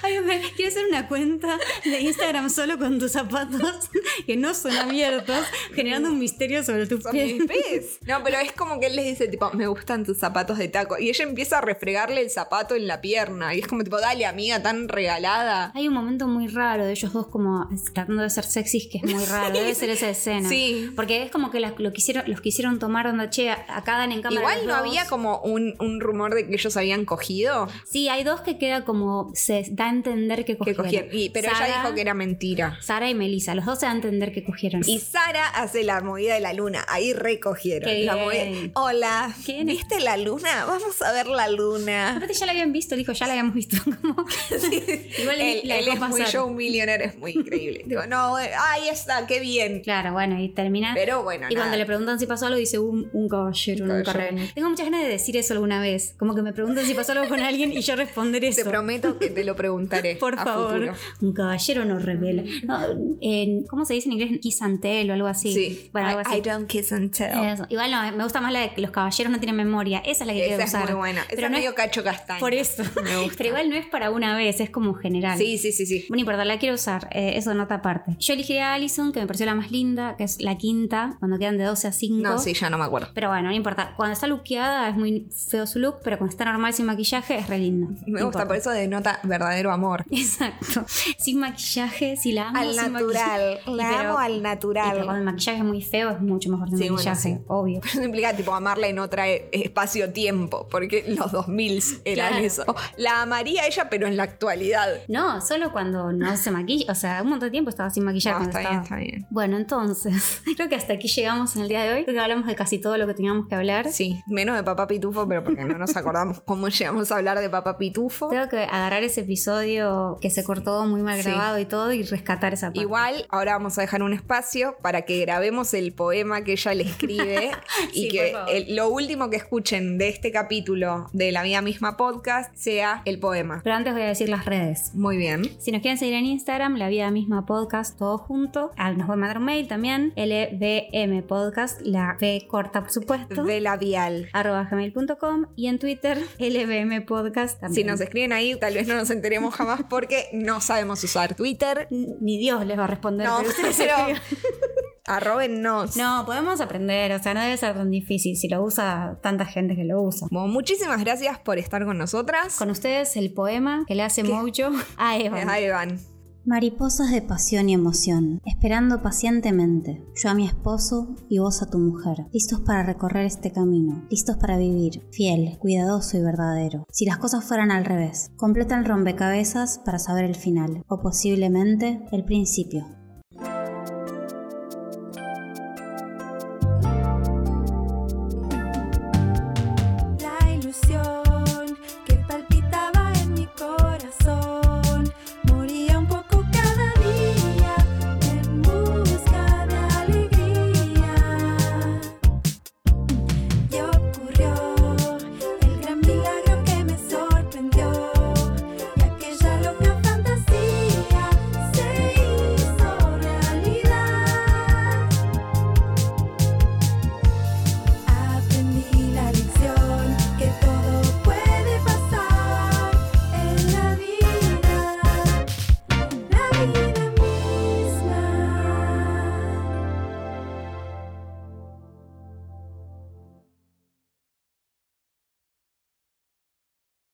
Speaker 3: Ay, me- quiero hacer una cuenta de Instagram solo con tus zapatos que no son abiertos, generando un misterio sobre tu
Speaker 2: Son
Speaker 3: piel.
Speaker 2: mis pies. No, pero es como que él les dice, tipo, me gustan tus zapatos de taco. Y ella empieza a refregarle el zapato en la pierna. Y es como, tipo, dale, amiga, tan regalada.
Speaker 3: Hay un momento muy raro de ellos dos como tratando de ser sexys que es muy raro. Debe ser esa escena.
Speaker 2: Sí.
Speaker 3: Porque es como que las- lo quisieron, los quisieron tomar onda, che, acá dan en cámara
Speaker 2: Igual
Speaker 3: los
Speaker 2: no
Speaker 3: dos.
Speaker 2: había como un, un rumor de que ellos habían cogido.
Speaker 3: Sí, hay dos que queda como... Se da a entender que
Speaker 2: Que
Speaker 3: cogieron.
Speaker 2: cogían. Y- pero ella
Speaker 3: Sara-
Speaker 2: dijo que era mentira.
Speaker 3: Sara y Melissa, los dos se da a entender que cogieron.
Speaker 2: Y Sara hace la movida de la luna. Ahí recogieron.
Speaker 3: Qué
Speaker 2: la
Speaker 3: bien.
Speaker 2: movida. Hola.
Speaker 3: ¿Quién es?
Speaker 2: ¿Viste la luna? Vamos a ver la luna.
Speaker 3: Aparte ya la habían visto, dijo, ya la habíamos visto. Como que- Igual
Speaker 2: él
Speaker 3: la
Speaker 2: él
Speaker 3: dejó
Speaker 2: es muy
Speaker 3: pasar.
Speaker 2: show millionaire, es muy increíble. Digo, no, eh, ahí está, qué bien.
Speaker 3: Claro, bueno, y termina.
Speaker 2: Pero bueno,
Speaker 3: y cuando
Speaker 2: nada.
Speaker 3: le preguntan si pasó algo, dice un, un caballero,
Speaker 2: Un
Speaker 3: un
Speaker 2: caballero.
Speaker 3: carrera. Tengo muchas ganas de decir eso alguna vez. Como que me preguntan si pasó algo con alguien y yo responder eso.
Speaker 2: Te prometo que te lo preguntaré.
Speaker 3: Por
Speaker 2: a
Speaker 3: favor,
Speaker 2: futuro.
Speaker 3: un caballero no revela. No, en- ¿Cómo se dice en inglés? Kiss and tell o algo así.
Speaker 2: Sí.
Speaker 3: Bueno,
Speaker 2: I-
Speaker 3: algo
Speaker 2: I,
Speaker 3: así.
Speaker 2: don't kiss and tell.
Speaker 3: Eso. Igual no, me gusta más la de que los caballeros no tienen memoria. Esa es la que quiero
Speaker 2: Esa es
Speaker 3: usar.
Speaker 2: muy buena. Esa
Speaker 3: Pero
Speaker 2: es
Speaker 3: no
Speaker 2: medio
Speaker 3: es
Speaker 2: cacho castaño.
Speaker 3: por eso.
Speaker 2: Me gusta.
Speaker 3: Pero igual no es para una vez, es como general.
Speaker 2: Sí, sí, sí, sí.
Speaker 3: Bueno, importa, la quiero usar, eh, eso nota aparte. Yo elegiría a Allison, que me pareció la más linda, que es la quinta, cuando quedan de 12 a 5.
Speaker 2: No, sí, ya no me acuerdo.
Speaker 3: Pero bueno, no importa. Cuando está luqueada es muy feo su look, pero cuando está normal sin maquillaje es re linda.
Speaker 2: Me
Speaker 3: No
Speaker 2: gusta, pues.
Speaker 3: importa.
Speaker 2: por eso denota verdadero amor.
Speaker 3: Exacto. Sin maquillaje, si la amo
Speaker 2: Al
Speaker 3: sin
Speaker 2: natural.
Speaker 3: maquillaje.
Speaker 2: La
Speaker 3: Pero-
Speaker 2: amo al
Speaker 3: y pero cuando
Speaker 2: natural.
Speaker 3: el maquillaje es muy feo, es mucho mejor sin
Speaker 2: Sí, bueno,
Speaker 3: maquillaje,
Speaker 2: sí.
Speaker 3: obvio.
Speaker 2: Pero eso implica tipo amarla en otra e- espacio-tiempo, porque los 2000 eran
Speaker 3: Claro.
Speaker 2: eso. La amaría ella, pero en la actualidad.
Speaker 3: No, solo cuando no se maquilla. O sea, un montón de tiempo estaba sin maquillar.
Speaker 2: No,
Speaker 3: cuando
Speaker 2: Ah, está bien,
Speaker 3: estaba-
Speaker 2: está bien.
Speaker 3: Bueno, entonces, creo que hasta aquí llegamos en el día de hoy. Creo que hablamos de casi todo lo que teníamos que hablar.
Speaker 2: Sí, menos de papá pitufo, pero porque no nos acordamos cómo llegamos a hablar de papá pitufo.
Speaker 3: Tengo que agarrar ese episodio que se cortó muy mal
Speaker 2: Sí.
Speaker 3: grabado y todo y rescatar esa parte.
Speaker 2: Igual, ahora vamos a dejar un espacio para que grabemos el poema que ella le escribe y
Speaker 3: Sí,
Speaker 2: que
Speaker 3: por favor.
Speaker 2: el- lo último que escuchen de este capítulo de La Vida Misma Podcast sea el poema.
Speaker 3: Pero antes voy a decir las redes.
Speaker 2: Muy bien.
Speaker 3: Si nos quieren seguir en Instagram, la vida misma podcast, todo junto. Ah, Nos pueden mandar un mail también, lbm podcast, la B corta por supuesto,
Speaker 2: De labial.
Speaker 3: arroba gmail.com y en Twitter, lbm podcast
Speaker 2: Si
Speaker 3: también.
Speaker 2: nos escriben ahí, tal vez no nos enteremos jamás porque no sabemos usar Twitter.
Speaker 3: Ni Dios les va a responder.
Speaker 2: No,
Speaker 3: pero ustedes
Speaker 2: pero-
Speaker 3: escriban.
Speaker 2: Arrobennos.
Speaker 3: No, podemos aprender, o sea, no debe ser tan difícil si lo usa tanta gente que lo usa.
Speaker 2: Bueno, muchísimas gracias por estar con nosotras.
Speaker 3: Con ustedes el poema que le hace Mojo a Eva.
Speaker 2: Ahí van.
Speaker 1: Mariposas de pasión y emoción, esperando pacientemente, yo a mi esposo y vos a tu mujer, listos para recorrer este camino, listos para vivir, fiel, cuidadoso y verdadero. Si las cosas fueran al revés, completa el rompecabezas para saber el final, o posiblemente el principio.